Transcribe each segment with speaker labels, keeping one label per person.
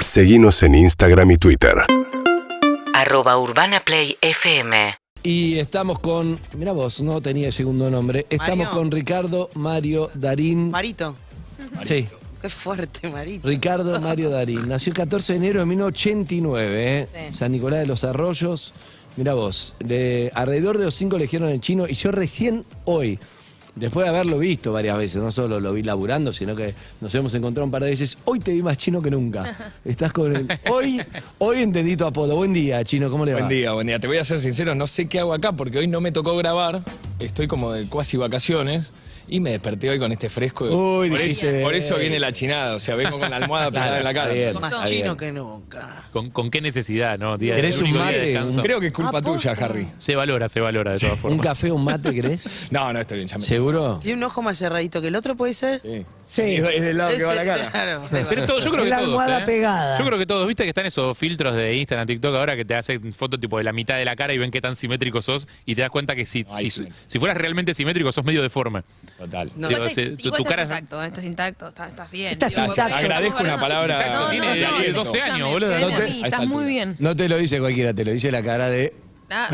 Speaker 1: Seguimos en Instagram y Twitter.
Speaker 2: arroba urbanaplayfm
Speaker 3: Y estamos con. Mira vos, no tenía segundo nombre. Estamos
Speaker 4: Mario.
Speaker 3: con Ricardo Mario Darín.
Speaker 4: Marito.
Speaker 3: Sí.
Speaker 4: Qué fuerte, Marito.
Speaker 3: Ricardo Mario Darín. Nació el 14 de enero de 1989, ¿eh? San Nicolás de los Arroyos. Mira vos, de- alrededor de los cinco eligieron el chino y yo recién hoy, después de haberlo visto varias veces, no solo lo vi laburando, sino que nos hemos encontrado un par de veces, hoy te vi más chino que nunca. Estás con el... Hoy, hoy entendí tu apodo. Buen día, chino, ¿cómo le va?
Speaker 5: Buen día, buen día. Te voy a ser sincero, no sé qué hago acá porque hoy no me tocó grabar. Estoy como de cuasi vacaciones y me desperté hoy con este fresco.
Speaker 3: Uy,
Speaker 5: por,
Speaker 3: dijiste,
Speaker 5: eso, por eso
Speaker 3: eh.
Speaker 5: viene la chinada. O sea, vengo con la almohada pegada en la cara.
Speaker 3: Está bien,
Speaker 4: Más
Speaker 3: está
Speaker 4: chino
Speaker 3: bien.
Speaker 4: que nunca.
Speaker 6: ¿Con, con qué necesidad, no? Día
Speaker 3: ¿Querés
Speaker 6: el único
Speaker 3: un
Speaker 6: día de
Speaker 3: mate?
Speaker 6: descanso.
Speaker 5: Creo que es culpa tuya,
Speaker 4: Aposta.
Speaker 5: Harry.
Speaker 6: Se valora, se valora de todas
Speaker 3: ¿Un
Speaker 6: formas.
Speaker 3: café, un mate, crees?
Speaker 5: No, no, estoy bien, ya me-
Speaker 3: ¿Seguro?
Speaker 4: Tiene un ojo más cerradito que el otro, ¿puede ser?
Speaker 5: Sí. Es, es del lado que va
Speaker 4: Ese-
Speaker 5: la cara.
Speaker 4: claro, ahí va.
Speaker 6: Pero todo, yo creo que
Speaker 7: La
Speaker 6: todos,
Speaker 7: almohada
Speaker 6: ¿eh?
Speaker 7: pegada.
Speaker 6: Yo creo que todos, viste que están esos filtros de Instagram, TikTok ahora que te hacen foto tipo de la mitad de la cara y ven qué tan simétrico sos y te das cuenta que si,
Speaker 5: Ay,
Speaker 6: si,
Speaker 5: sí.
Speaker 6: si fueras realmente simétrico sos medio deforme.
Speaker 5: Total.
Speaker 4: No,
Speaker 6: Digo,
Speaker 8: Igual
Speaker 6: se-
Speaker 8: estás-
Speaker 6: tu,
Speaker 8: igual
Speaker 6: tu cara
Speaker 8: estás intacto, estás intacto, estás, estás bien.
Speaker 7: Estás
Speaker 8: Digo,
Speaker 7: intacto.
Speaker 5: Agradezco una palabra.
Speaker 8: No, no,
Speaker 6: Tiene
Speaker 8: no,
Speaker 6: 10, 12 años,
Speaker 8: escúchame,
Speaker 6: boludo.
Speaker 8: créeme
Speaker 3: No
Speaker 8: a
Speaker 3: te-
Speaker 8: mí,
Speaker 5: a esta
Speaker 8: Estás muy
Speaker 5: altura.
Speaker 8: bien.
Speaker 3: No te lo dice cualquiera, te lo dice la cara de...
Speaker 8: Nah,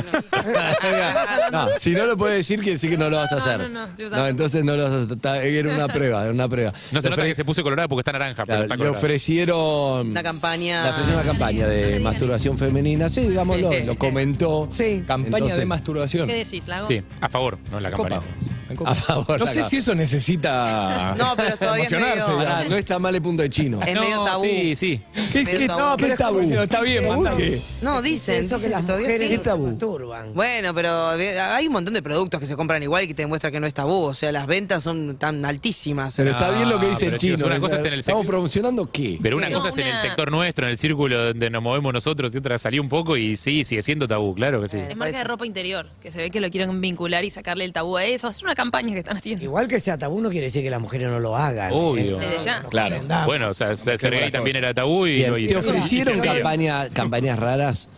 Speaker 3: No,
Speaker 8: no.
Speaker 3: si no lo puede decir, quiere decir que no lo vas a
Speaker 8: No,
Speaker 3: hacer.
Speaker 8: no, no, estoy usando.
Speaker 3: entonces no lo vas a hacer. Está- Era una prueba, era una prueba.
Speaker 6: no se
Speaker 3: Le
Speaker 6: nota
Speaker 3: ofre-
Speaker 6: que se puso colorada porque está naranja, pero
Speaker 3: claro,
Speaker 6: está
Speaker 3: le
Speaker 6: colorada.
Speaker 3: ofrecieron.
Speaker 4: Una campaña.
Speaker 3: le ofrecieron una campaña de masturbación femenina. Sí, digámoslo, lo comentó.
Speaker 7: Sí.
Speaker 5: Campaña de
Speaker 3: Entonces-
Speaker 5: masturbación.
Speaker 8: ¿Qué decís, Lago?
Speaker 6: Sí, a favor, no en la campaña.
Speaker 5: Copa. Me copa.
Speaker 3: A favor.
Speaker 5: No sé si eso necesita
Speaker 4: No, pero todavía es
Speaker 5: emocionarse.
Speaker 4: medio-
Speaker 5: ¿verdad?
Speaker 3: Pará, no está mal el punto de chino.
Speaker 4: Es
Speaker 6: No,
Speaker 4: medio tabú.
Speaker 6: Sí, sí.
Speaker 3: ¿Qué,
Speaker 4: medio
Speaker 3: qué-
Speaker 4: tabú.
Speaker 3: qué
Speaker 7: No, pero
Speaker 3: tabú?
Speaker 5: Pero está bien, mandá.
Speaker 4: No, dicen,
Speaker 7: Eso que
Speaker 4: dicen
Speaker 7: las
Speaker 4: que todavía
Speaker 7: mujeres
Speaker 4: sí.
Speaker 7: no se
Speaker 3: tabú?
Speaker 7: masturban.
Speaker 4: Bueno, pero hay un montón de productos que se compran igual y que te demuestra que no es tabú. O sea, las ventas son tan altísimas.
Speaker 3: Pero está bien lo que dice
Speaker 6: No,
Speaker 3: el
Speaker 6: Ah, pero chicos,
Speaker 3: chino.
Speaker 6: una cosa es en el
Speaker 3: ¿Estamos
Speaker 6: sec-
Speaker 3: promocionando qué?
Speaker 6: Pero una
Speaker 8: No,
Speaker 6: cosa es en el
Speaker 8: una-
Speaker 6: sector nuestro, en el círculo donde nos movemos nosotros y otra salió un poco y sí, sigue siendo tabú, claro que sí.
Speaker 8: Es marca de ropa interior, que se ve que lo quieren vincular y sacarle el tabú a eso. Es una campaña que están haciendo.
Speaker 7: Igual que sea tabú no quiere decir que las mujeres no lo hagan.
Speaker 6: Obvio.
Speaker 8: Desde ya.
Speaker 5: Claro.
Speaker 6: Bueno, o sea, ser gay
Speaker 5: buenas
Speaker 6: también
Speaker 5: cosas.
Speaker 6: era tabú y
Speaker 3: Bien,
Speaker 6: lo
Speaker 3: ¿Te
Speaker 6: hizo.
Speaker 3: ofrecieron
Speaker 6: Y se salió.
Speaker 3: campaña- campañas raras?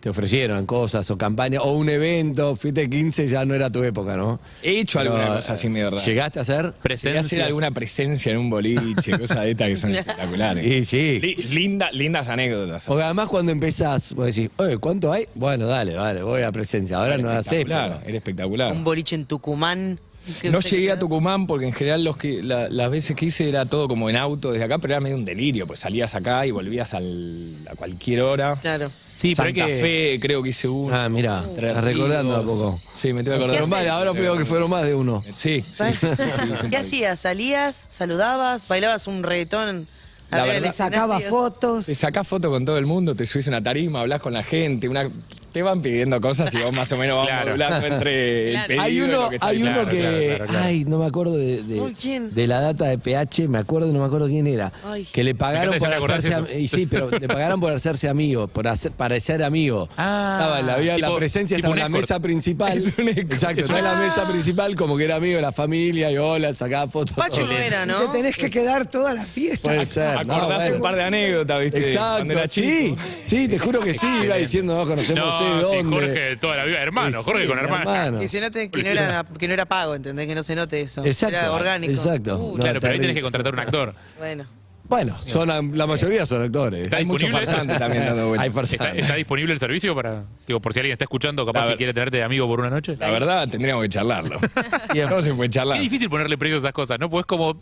Speaker 3: ¿Te ofrecieron cosas o campañas? O un evento, fuiste 15, ya no era tu época, ¿no?
Speaker 5: He hecho
Speaker 3: Pero,
Speaker 5: alguna cosa así, mi verdad.
Speaker 3: ¿Llegaste a hacer?
Speaker 5: Quería hacer
Speaker 6: Presencias.
Speaker 5: alguna presencia en un boliche, cosas de estas que son espectaculares.
Speaker 3: Y sí.
Speaker 5: Li- linda- lindas anécdotas.
Speaker 3: Porque además cuando empezás, vos decís, oye, ¿cuánto hay? Bueno, dale, vale, voy a presencia. Ahora no la haces.
Speaker 5: Espectacular,
Speaker 3: pero-
Speaker 5: era espectacular.
Speaker 4: Un boliche en Tucumán. que
Speaker 5: No
Speaker 4: sé qué
Speaker 5: llegué a
Speaker 4: te-
Speaker 5: Tucumán porque en general los que, la- las veces que hice era todo como en auto desde acá, pero era medio un delirio, pues salías acá y volvías al- a cualquier hora.
Speaker 4: Claro.
Speaker 6: Sí, pero hay
Speaker 5: Santa
Speaker 6: que-
Speaker 5: Fe creo que hice uno.
Speaker 3: Ah, mira,
Speaker 5: Tres
Speaker 3: estás recordando a
Speaker 5: Ríos.
Speaker 3: poco.
Speaker 5: Sí, me tengo que acordar.
Speaker 3: Pero vale, ahora veo que fueron más de uno.
Speaker 5: Sí, sí, sí, sí, sí, hice un
Speaker 4: ¿Qué
Speaker 5: par.
Speaker 4: hacías? ¿Salías? ¿Saludabas? ¿Bailabas un reggaetón?
Speaker 5: La
Speaker 4: arriba del
Speaker 5: verdad-
Speaker 7: Sacaba
Speaker 4: escenario?
Speaker 7: fotos.
Speaker 5: Te sacás foto con todo el mundo, te subís a una tarima, hablas con la gente, una, te van pidiendo cosas y vos más o menos vas
Speaker 6: Claro.
Speaker 5: modulando entre el
Speaker 8: Claro.
Speaker 5: pedido
Speaker 3: Hay
Speaker 5: y
Speaker 3: uno,
Speaker 5: lo que está
Speaker 3: hay
Speaker 5: ahí.
Speaker 3: uno
Speaker 6: claro,
Speaker 3: que.
Speaker 6: claro, claro, claro.
Speaker 3: Ay, no me acuerdo de, de-
Speaker 4: Uy, ¿quién?
Speaker 3: de la data de PH, me acuerdo, no me acuerdo quién era.
Speaker 4: Ay.
Speaker 3: Que le pagaron
Speaker 6: Me
Speaker 3: por
Speaker 6: encanta que ya
Speaker 3: hacerse
Speaker 6: te acordás
Speaker 3: am- y sí, pero le pagaron por hacerse amigo, por hacer, parecer amigo.
Speaker 6: Ah,
Speaker 3: estaba en la vía de la
Speaker 6: tipo-
Speaker 3: presencia,
Speaker 6: tipo
Speaker 3: estaba en
Speaker 6: un
Speaker 3: la
Speaker 6: escort.
Speaker 3: mesa principal.
Speaker 5: Es un Ah. escort.
Speaker 3: Exacto, estaba en la mesa principal, como que era amigo de la familia, y hola, sacaba fotos.
Speaker 4: Pachu no era,
Speaker 7: Te
Speaker 4: ¿no?
Speaker 7: tenés que quedar toda la fiesta.
Speaker 3: Puede ser. no,
Speaker 5: Acordás
Speaker 3: bueno.
Speaker 5: un par de anécdotas, ¿viste? Cuando
Speaker 3: Exacto,
Speaker 5: era
Speaker 3: sí,
Speaker 5: chico.
Speaker 3: sí, te juro que sí, iba diciendo, no conocemos
Speaker 6: No,
Speaker 3: sé dónde.
Speaker 6: sí, Jorge toda la vida, hermano,
Speaker 3: Y
Speaker 6: Jorge
Speaker 3: sí,
Speaker 6: con hermano.
Speaker 4: Que se note que no, era, que no era pago, ¿entendés? Que no se note eso.
Speaker 3: Exacto,
Speaker 4: Era orgánico.
Speaker 3: exacto.
Speaker 4: Uy,
Speaker 3: No,
Speaker 6: Claro, pero ahí
Speaker 3: terrible.
Speaker 6: tenés que contratar un actor.
Speaker 4: Bueno.
Speaker 3: Bueno, son, am- la mayoría son actores.
Speaker 6: Está
Speaker 5: Hay muchos
Speaker 6: disponible.
Speaker 5: farsantes también dando
Speaker 3: Hay
Speaker 5: vueltas.
Speaker 6: ¿Está,
Speaker 3: farsantes.
Speaker 6: está disponible el servicio para, digo, por si alguien está escuchando,
Speaker 5: A
Speaker 6: capaz si
Speaker 5: ver.
Speaker 6: quiere tenerte de amigo por una noche?
Speaker 5: La verdad, tendríamos que charlarlo. No se puede charlar.
Speaker 6: Qué difícil ponerle precio a esas cosas, ¿no? Pues como,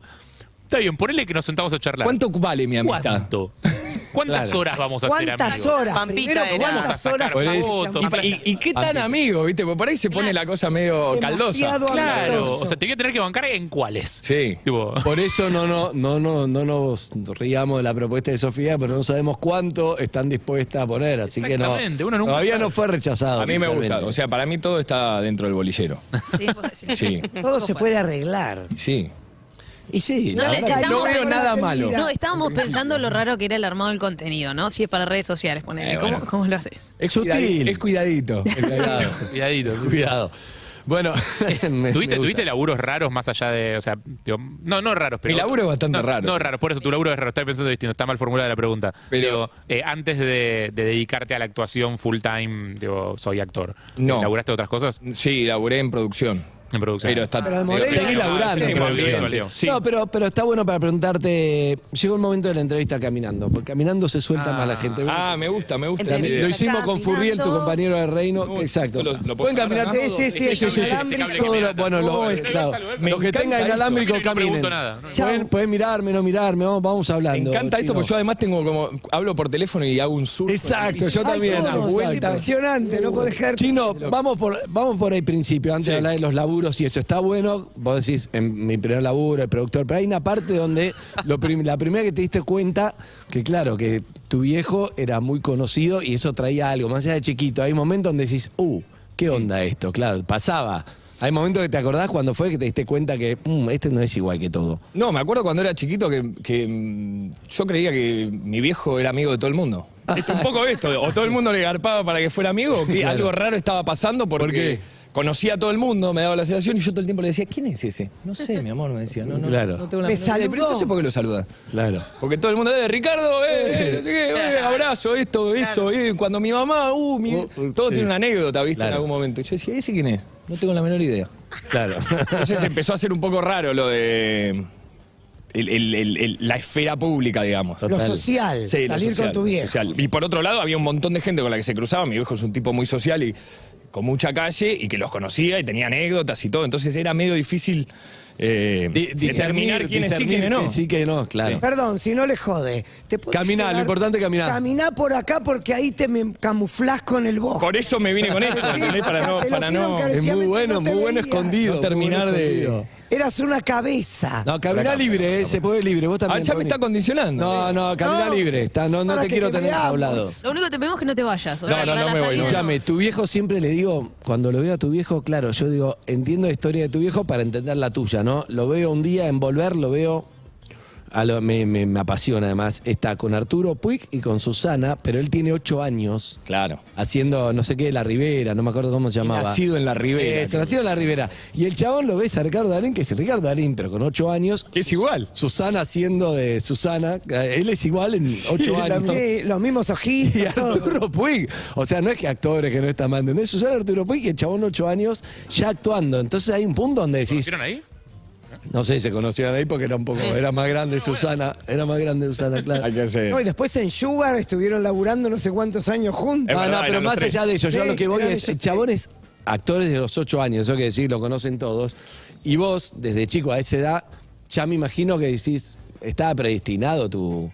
Speaker 6: está bien, ponele que nos sentamos a charlar.
Speaker 5: ¿Cuánto vale mi amistad?
Speaker 6: ¿Cuánto? ¿Cuántas
Speaker 5: Claro.
Speaker 6: horas vamos a hacer
Speaker 7: ¿Cuántas
Speaker 6: amigos?
Speaker 7: horas?
Speaker 4: Pampita
Speaker 7: Primero,
Speaker 4: era. Vamos a
Speaker 7: ¿cuántas
Speaker 6: sacar
Speaker 7: horas?
Speaker 6: Por
Speaker 7: para
Speaker 6: eso-
Speaker 7: esa
Speaker 6: y-
Speaker 7: amistad?
Speaker 5: ¿Y, y- y qué tan amigo, viste? Porque por ahí se pone la cosa medio caldosa.
Speaker 7: Demasiado
Speaker 6: Claro,
Speaker 7: amistoso.
Speaker 6: o sea, te voy a tener que bancar en cuáles.
Speaker 5: Sí.
Speaker 6: Tipo,
Speaker 3: Por eso no, no, no, no, no nos riamos de la propuesta de Sofía, pero no sabemos cuánto están dispuestas a poner, así que no.
Speaker 6: Exactamente, uno nunca
Speaker 3: todavía
Speaker 6: sabe.
Speaker 3: no fue rechazado.
Speaker 5: A mí me gusta.
Speaker 3: oficialmente.
Speaker 5: O sea, para mí todo está dentro del bolillero.
Speaker 8: Sí, vos decís.
Speaker 5: Sí.
Speaker 7: Todo se puede arreglar.
Speaker 5: Sí.
Speaker 3: y sí,
Speaker 8: No,
Speaker 3: la
Speaker 8: le-
Speaker 3: verdad que-
Speaker 8: estamos
Speaker 5: no veo
Speaker 8: pensando-
Speaker 5: nada malo.
Speaker 8: No, estábamos pensando lo raro que era el armado del contenido, ¿no? Si es para redes sociales, ponele.
Speaker 5: Eh,
Speaker 8: ¿Cómo,
Speaker 5: bueno.
Speaker 8: cómo lo haces?
Speaker 5: Es,
Speaker 3: Sutil.
Speaker 5: cuidadi- es cuidadito.
Speaker 3: Cuidado,
Speaker 6: cuidadito. sí.
Speaker 3: cuidado. Bueno, me-
Speaker 6: ¿Tuviste,
Speaker 3: me gusta.
Speaker 6: tuviste laburos raros más allá de, o sea, digo, no, no raros, pero...
Speaker 5: Mi laburo es bastante
Speaker 6: no,
Speaker 5: raro.
Speaker 6: No raro, por eso tu laburo es raro, estaba pensando distinto, está mal formulada la pregunta.
Speaker 5: Pero-
Speaker 6: Digo, eh, antes de, de dedicarte a la actuación full time, digo, soy actor,
Speaker 5: No.
Speaker 6: ¿laburaste otras cosas?
Speaker 5: Sí, laburé en producción.
Speaker 6: en producción.
Speaker 5: Pero está.
Speaker 7: Pero de modelo-
Speaker 5: pero-
Speaker 3: Seguí
Speaker 7: Sí,
Speaker 3: laburando.
Speaker 6: sí,
Speaker 3: pero
Speaker 6: sí,
Speaker 3: bien.
Speaker 6: valió.
Speaker 5: Sí.
Speaker 3: No, pero, pero está bueno para preguntarte. Llegó el momento de la entrevista caminando, porque caminando se suelta más la gente.
Speaker 5: Ah, me gusta, me gusta.
Speaker 3: También- lo hicimos con Furriel, tu compañero de reino.
Speaker 5: No,
Speaker 3: Exacto.
Speaker 5: lo- lo
Speaker 3: Pueden
Speaker 5: puedo
Speaker 3: caminar.
Speaker 5: agarrar,
Speaker 7: ¿no? Sí, sí, sí,
Speaker 3: Todo
Speaker 6: inalámbrico.
Speaker 3: lo- bueno, lo, eh,
Speaker 5: No, es que-
Speaker 3: claro,
Speaker 5: me
Speaker 3: lo que
Speaker 5: encanta
Speaker 3: tenga
Speaker 5: esto.
Speaker 3: inalámbrico,
Speaker 6: No
Speaker 3: caminen.
Speaker 6: pregunto nada.
Speaker 3: Pueden, pueden mirarme, no mirarme. Vamos, vamos
Speaker 5: Me
Speaker 3: hablando.
Speaker 5: encanta esto
Speaker 3: Chino.
Speaker 5: porque yo además tengo como. Hablo por teléfono y hago un surco.
Speaker 3: Exacto, yo
Speaker 7: Hay
Speaker 3: también.
Speaker 7: todos,
Speaker 3: Abuelta.
Speaker 7: es impresionante, no podés dejar.
Speaker 3: Chino, vamos por, vamos por el principio, antes de hablar de los laburos y eso. Está bueno, vos decís, en mi primer laburo, el productor, pero hay una parte donde lo prim- la primera que te diste cuenta, que claro, que tu viejo era muy conocido y eso traía algo, más allá de chiquito. Hay momentos donde decís, uh, ¿qué onda esto? Claro, pasaba. Hay momentos que te acordás cuando fue que te diste cuenta que "Mm, este no es igual que todo.
Speaker 5: No, me acuerdo cuando era chiquito que, que, mm, yo creía que mi viejo era amigo de todo el mundo. Esto, un poco esto, o todo el mundo le garpaba para que fuera amigo, o que
Speaker 3: Claro.
Speaker 5: algo raro estaba pasando porque
Speaker 3: qué?
Speaker 5: conocía a todo el mundo, me daba la sensación y yo todo el tiempo le decía, ¿quién es ese? No sé, mi amor, me decía, no, no,
Speaker 3: Claro.
Speaker 5: no tengo la
Speaker 7: Me
Speaker 5: menor idea". Pero
Speaker 7: saludó.
Speaker 5: entonces, ¿por qué lo saluda?
Speaker 3: Claro.
Speaker 5: Porque todo el mundo, eh, Ricardo, eh, eh, no sé qué, eh, abrazo, esto, eso, eh, cuando mi mamá, uh, mi-
Speaker 3: Uh, uh,
Speaker 5: todo
Speaker 3: sí.
Speaker 5: tiene una anécdota, viste,
Speaker 3: Claro.
Speaker 5: en algún momento. Y yo decía, ¿ese quién es? No tengo la menor idea.
Speaker 3: Claro.
Speaker 5: Entonces empezó a ser un poco raro lo de el- el- el- el- la esfera pública, digamos.
Speaker 7: Lo
Speaker 3: Total.
Speaker 7: social,
Speaker 5: Sí, lo
Speaker 7: salir
Speaker 5: social,
Speaker 7: con tu
Speaker 5: lo
Speaker 7: viejo.
Speaker 5: social. Y por otro lado había un montón de gente con la que se cruzaba. Mi viejo es un tipo muy social y con mucha calle y que los conocía y tenía anécdotas y todo. Entonces era medio difícil eh,
Speaker 3: Di-
Speaker 5: determinar quiénes sí,
Speaker 3: discernir
Speaker 5: quiénes no.
Speaker 3: que sí, que no, claro.
Speaker 7: Perdón, si no le jode. Te podés
Speaker 3: Caminá, lo importante es caminar.
Speaker 7: Caminá por acá porque ahí te me camuflás con el bosque.
Speaker 5: Por eso me vine con esto,
Speaker 7: Sí,
Speaker 5: ¿entendés? Para no,
Speaker 7: o sea, te lo
Speaker 5: para
Speaker 7: pido
Speaker 5: no
Speaker 7: encarecidamente.
Speaker 3: Es muy bueno,
Speaker 7: no te
Speaker 3: muy bueno
Speaker 7: veía.
Speaker 3: escondido.
Speaker 5: No terminar
Speaker 3: muy bueno
Speaker 5: de-
Speaker 3: escondido.
Speaker 7: Eras una cabeza.
Speaker 3: No, camina libre, eh, se puede libre. Vos
Speaker 5: Ah,
Speaker 3: también.
Speaker 5: ya me
Speaker 3: Tony.
Speaker 5: está condicionando.
Speaker 3: No, no, camina
Speaker 7: No.
Speaker 3: libre. Está, no no
Speaker 7: Para
Speaker 3: te
Speaker 7: que
Speaker 3: quiero
Speaker 7: te
Speaker 3: tener
Speaker 7: veamos.
Speaker 3: hablado.
Speaker 8: Lo único que te pedimos es que no te vayas.
Speaker 5: No, no, no me voy, no.
Speaker 3: Escuchame, tu viejo siempre le digo, cuando lo veo a tu viejo, claro, yo digo, entiendo la historia de tu viejo para entender la tuya, ¿no? Lo veo un día en volver, lo veo. a lo- me, me- me apasiona además. Está con Arturo Puig y con Susana, pero él tiene ocho años
Speaker 5: Claro.
Speaker 3: haciendo no sé qué de la Ribera, no Eh, me acuerdo cómo se llamaba.
Speaker 5: Nacido en La Ribera.
Speaker 3: Eso, nacido en la Ribera. Y el chabón lo ves a Ricardo Darín, que es Ricardo Darín, pero con ocho años.
Speaker 5: Es igual.
Speaker 3: Susana haciendo de Susana, eh, él es igual en ocho
Speaker 7: Lo-
Speaker 3: años.
Speaker 7: sí, los mismos
Speaker 3: Y
Speaker 7: ojitos. todo.
Speaker 3: Arturo Puig. O sea, no es que actores que no están mal, ¿entendés? Susana Arturo Puig y el chabón ocho años ya actuando. Entonces hay un punto donde decís,
Speaker 6: ¿Conocieron ahí?
Speaker 3: no sé, se conocieron ahí porque era un poco, era más grande Susana, era más grande Susana, claro.
Speaker 5: Hay que hacer.
Speaker 7: No, y después en Sugar estuvieron laburando no sé cuántos años juntos.
Speaker 5: Es
Speaker 3: No,
Speaker 5: verdad,
Speaker 3: no, pero
Speaker 5: eran los
Speaker 3: más
Speaker 5: tres.
Speaker 3: allá de eso, yo
Speaker 7: Sí,
Speaker 3: lo que voy
Speaker 7: eran
Speaker 3: es,
Speaker 7: ellos
Speaker 3: chabones, actores de los ocho años, eso que decir, lo conocen todos, y vos, desde chico a esa edad, ya me imagino que decís, ¿estaba predestinado tu,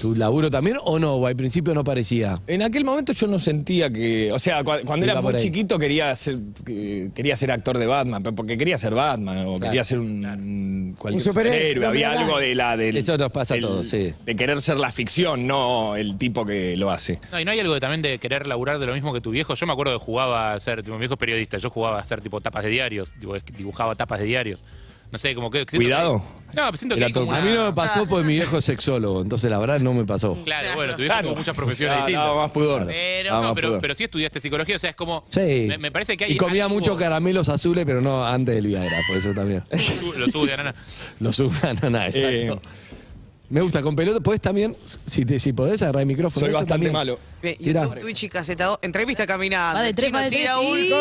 Speaker 3: tu laburo también o no? O al principio no parecía.
Speaker 5: En aquel momento yo no sentía que. O sea, cua- cuando
Speaker 3: Iba
Speaker 5: era
Speaker 3: por
Speaker 5: muy
Speaker 3: ahí.
Speaker 5: chiquito quería ser, que- quería ser actor de Batman, pero porque quería ser Batman o quería ser un, un- cualquier
Speaker 7: Un superhéroe,
Speaker 5: superhéroe.
Speaker 7: no
Speaker 5: Había
Speaker 7: me da.
Speaker 5: algo de la. Del,
Speaker 3: Eso nos pasa a todos, sí.
Speaker 5: De querer ser la ficción, no el tipo que lo hace.
Speaker 6: No, y no hay algo de, también de querer laburar de lo mismo que tu viejo. Yo me acuerdo que jugaba a ser, tipo, mi viejo es periodista, yo jugaba a hacer tipo tapas de diarios, tipo, es- dibujaba tapas de diarios. No sé, como que. siento
Speaker 5: Cuidado.
Speaker 6: que- no, siento que.
Speaker 5: Era
Speaker 6: hay como
Speaker 5: todo-
Speaker 3: A
Speaker 6: una-
Speaker 3: mí no me pasó porque mi viejo es sexólogo, entonces la verdad no me pasó.
Speaker 6: Claro, bueno, tu viejo tuvo muchas profesiones
Speaker 5: Ah,
Speaker 6: distintas.
Speaker 5: daba más pudor.
Speaker 6: Pero,
Speaker 5: Daba
Speaker 6: no,
Speaker 5: más
Speaker 6: pero,
Speaker 5: pudor.
Speaker 6: pero sí estudiaste psicología, o sea, es como.
Speaker 3: Sí.
Speaker 6: Me, me parece que hay.
Speaker 3: y comía
Speaker 6: algo-
Speaker 3: muchos caramelos azules, pero no antes del Viagra, por eso también.
Speaker 6: Lo subo de nana.
Speaker 3: Los una nana, exacto.
Speaker 5: Eh.
Speaker 3: Me gusta, con pelota, podés también, si, te- si podés agarrar el micrófono.
Speaker 5: Soy
Speaker 3: eso
Speaker 5: bastante
Speaker 3: también.
Speaker 5: malo.
Speaker 4: Bien,
Speaker 3: Tirá.
Speaker 4: YouTube, Twitch y caseta, O, entrevista caminando.
Speaker 8: Va de tres,
Speaker 4: Chino,
Speaker 8: va de
Speaker 4: si
Speaker 8: tres.
Speaker 4: era un-
Speaker 8: sí.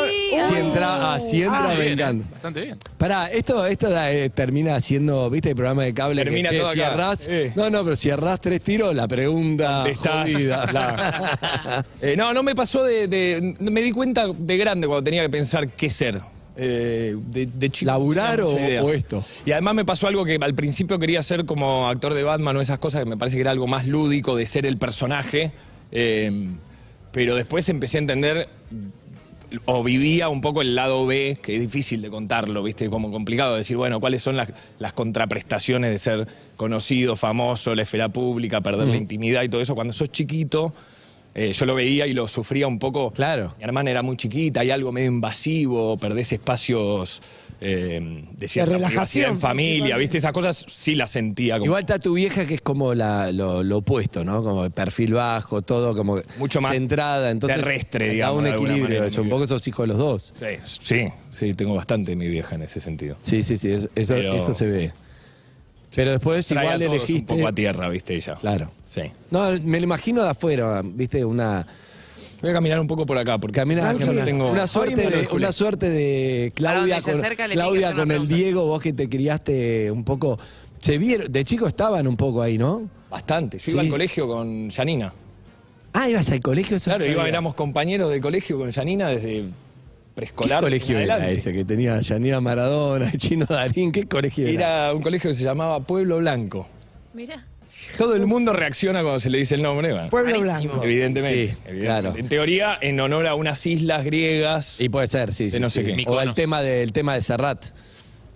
Speaker 3: Si entra, ah, si entra,
Speaker 6: Bastante Uh, bien,
Speaker 3: vengan.
Speaker 6: eh, Bastante bien.
Speaker 3: Pará, esto, esto da- eh, termina siendo, viste, el programa de cable.
Speaker 5: Termina
Speaker 3: que, che,
Speaker 5: todo acá.
Speaker 3: si errás-
Speaker 5: Eh.
Speaker 3: No, no, pero si errás tres tiros, la pregunta
Speaker 5: Estás-
Speaker 3: jodida.
Speaker 5: la- Eh, no, no me pasó de, de- Me di cuenta de grande cuando tenía que pensar qué ser. Eh, de, de chico.
Speaker 3: ¿Laburar
Speaker 5: no tenía mucha
Speaker 3: o-
Speaker 5: idea.
Speaker 3: o esto?
Speaker 5: Y además me pasó algo que al principio quería ser como actor de Batman o esas cosas, que me parece que era algo más lúdico de ser el personaje. Eh, pero después empecé a entender o vivía un poco el lado B, que es difícil de contarlo, ¿viste? Como complicado decir, bueno, cuáles son las, las contraprestaciones de ser conocido, famoso, la esfera pública, perder la intimidad y todo eso. Cuando sos chiquito, eh, yo lo veía y lo sufría un poco.
Speaker 3: Claro.
Speaker 5: Mi hermana era muy chiquita, hay algo medio invasivo, perdés espacios eh, de cierta
Speaker 7: relajación,
Speaker 5: privacidad en familia, ¿viste? Esas cosas sí las sentía. Como
Speaker 3: Igual está tu vieja que es como la, lo, lo opuesto, ¿no? Como de perfil bajo, todo como que
Speaker 5: Mucho más
Speaker 3: centrada, entonces
Speaker 5: terrestre,
Speaker 3: da
Speaker 5: digamos,
Speaker 3: un
Speaker 5: de alguna
Speaker 3: equilibrio,
Speaker 5: manera,
Speaker 3: eso, un
Speaker 5: mi
Speaker 3: poco
Speaker 5: vieja.
Speaker 3: sos hijo de los dos.
Speaker 5: Sí, sí, sí, tengo bastante de mi vieja en ese sentido.
Speaker 3: Sí, sí, sí, es- eso,
Speaker 5: Pero-
Speaker 3: eso se ve. Pero después
Speaker 5: Trae
Speaker 3: igual
Speaker 5: a todos
Speaker 3: elegiste.
Speaker 5: un poco a tierra, ¿viste? Ella.
Speaker 3: Claro.
Speaker 5: Sí.
Speaker 3: No, me lo imagino de afuera, viste, una
Speaker 5: Voy a caminar un poco por acá, porque
Speaker 3: Camina,
Speaker 5: yo
Speaker 3: camina.
Speaker 5: tengo...
Speaker 3: Una, suerte
Speaker 7: Abrimos
Speaker 3: de,
Speaker 7: los
Speaker 3: una suerte de Claudia
Speaker 4: dónde se
Speaker 3: con,
Speaker 4: acerca, le tiene que
Speaker 3: Claudia
Speaker 4: hacer una
Speaker 3: con el
Speaker 4: pregunta.
Speaker 3: Diego, vos que te criaste un poco. Se vieron, de chico estaban un poco ahí, ¿no?
Speaker 5: Bastante. Yo iba
Speaker 3: Sí.
Speaker 5: al colegio con Janina.
Speaker 3: Ah, ibas al colegio. Eso
Speaker 5: Claro,
Speaker 3: no
Speaker 5: iba-
Speaker 3: sabía.
Speaker 5: éramos compañeros de colegio con Janina desde
Speaker 3: ¿Qué
Speaker 5: preescolar.
Speaker 3: colegio
Speaker 5: en
Speaker 3: era
Speaker 5: adelante.
Speaker 3: ese que tenía Yanina Maradona, Chino Darín? ¿Qué colegio era?
Speaker 5: Era un colegio que se llamaba Pueblo Blanco.
Speaker 8: Mira.
Speaker 5: Todo el mundo reacciona cuando se le dice el nombre. bueno,
Speaker 7: Pueblo Blanco.
Speaker 5: evidentemente.
Speaker 3: Sí,
Speaker 5: evidentemente.
Speaker 3: claro.
Speaker 5: En teoría, en honor a unas islas griegas.
Speaker 3: Y puede ser, sí. sí,
Speaker 5: no sé
Speaker 3: sí.
Speaker 5: qué.
Speaker 3: O el
Speaker 6: Mykonos.
Speaker 3: tema, de, el tema de Serrat.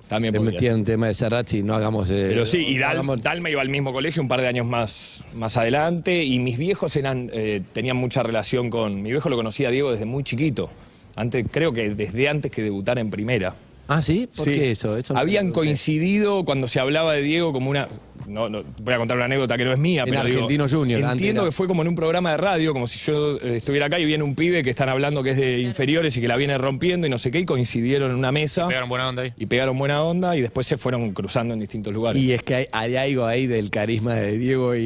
Speaker 5: también
Speaker 3: Te
Speaker 5: podría ser.
Speaker 3: metían un tema de Serrat si no hagamos. eh,
Speaker 5: Pero sí, y
Speaker 3: no
Speaker 5: Dal-
Speaker 3: hagamos-
Speaker 5: Dalma iba al mismo colegio un par de años más, más adelante. Y mis viejos eran, eh, tenían mucha relación con. Mi viejo lo conocía a Diego desde muy chiquito. Antes, creo que desde antes que debutara en primera.
Speaker 3: Ah, sí, ¿por
Speaker 5: Sí.
Speaker 3: qué eso? Eso no-
Speaker 5: Habían coincidido cuando se hablaba de Diego como una. No, no, voy a contar una anécdota que no es mía,
Speaker 3: En
Speaker 5: pero. digo,
Speaker 3: Argentino Junior, antes
Speaker 5: Entiendo
Speaker 3: era.
Speaker 5: que fue como en un programa de radio, como si yo eh, estuviera acá y viene un pibe que están hablando que es de inferiores y que la viene rompiendo y no sé qué, y coincidieron en una mesa
Speaker 6: Pegaron buena onda ahí.
Speaker 5: y pegaron buena onda y después se fueron cruzando en distintos lugares.
Speaker 3: Y es que hay, hay algo ahí del carisma de Diego y,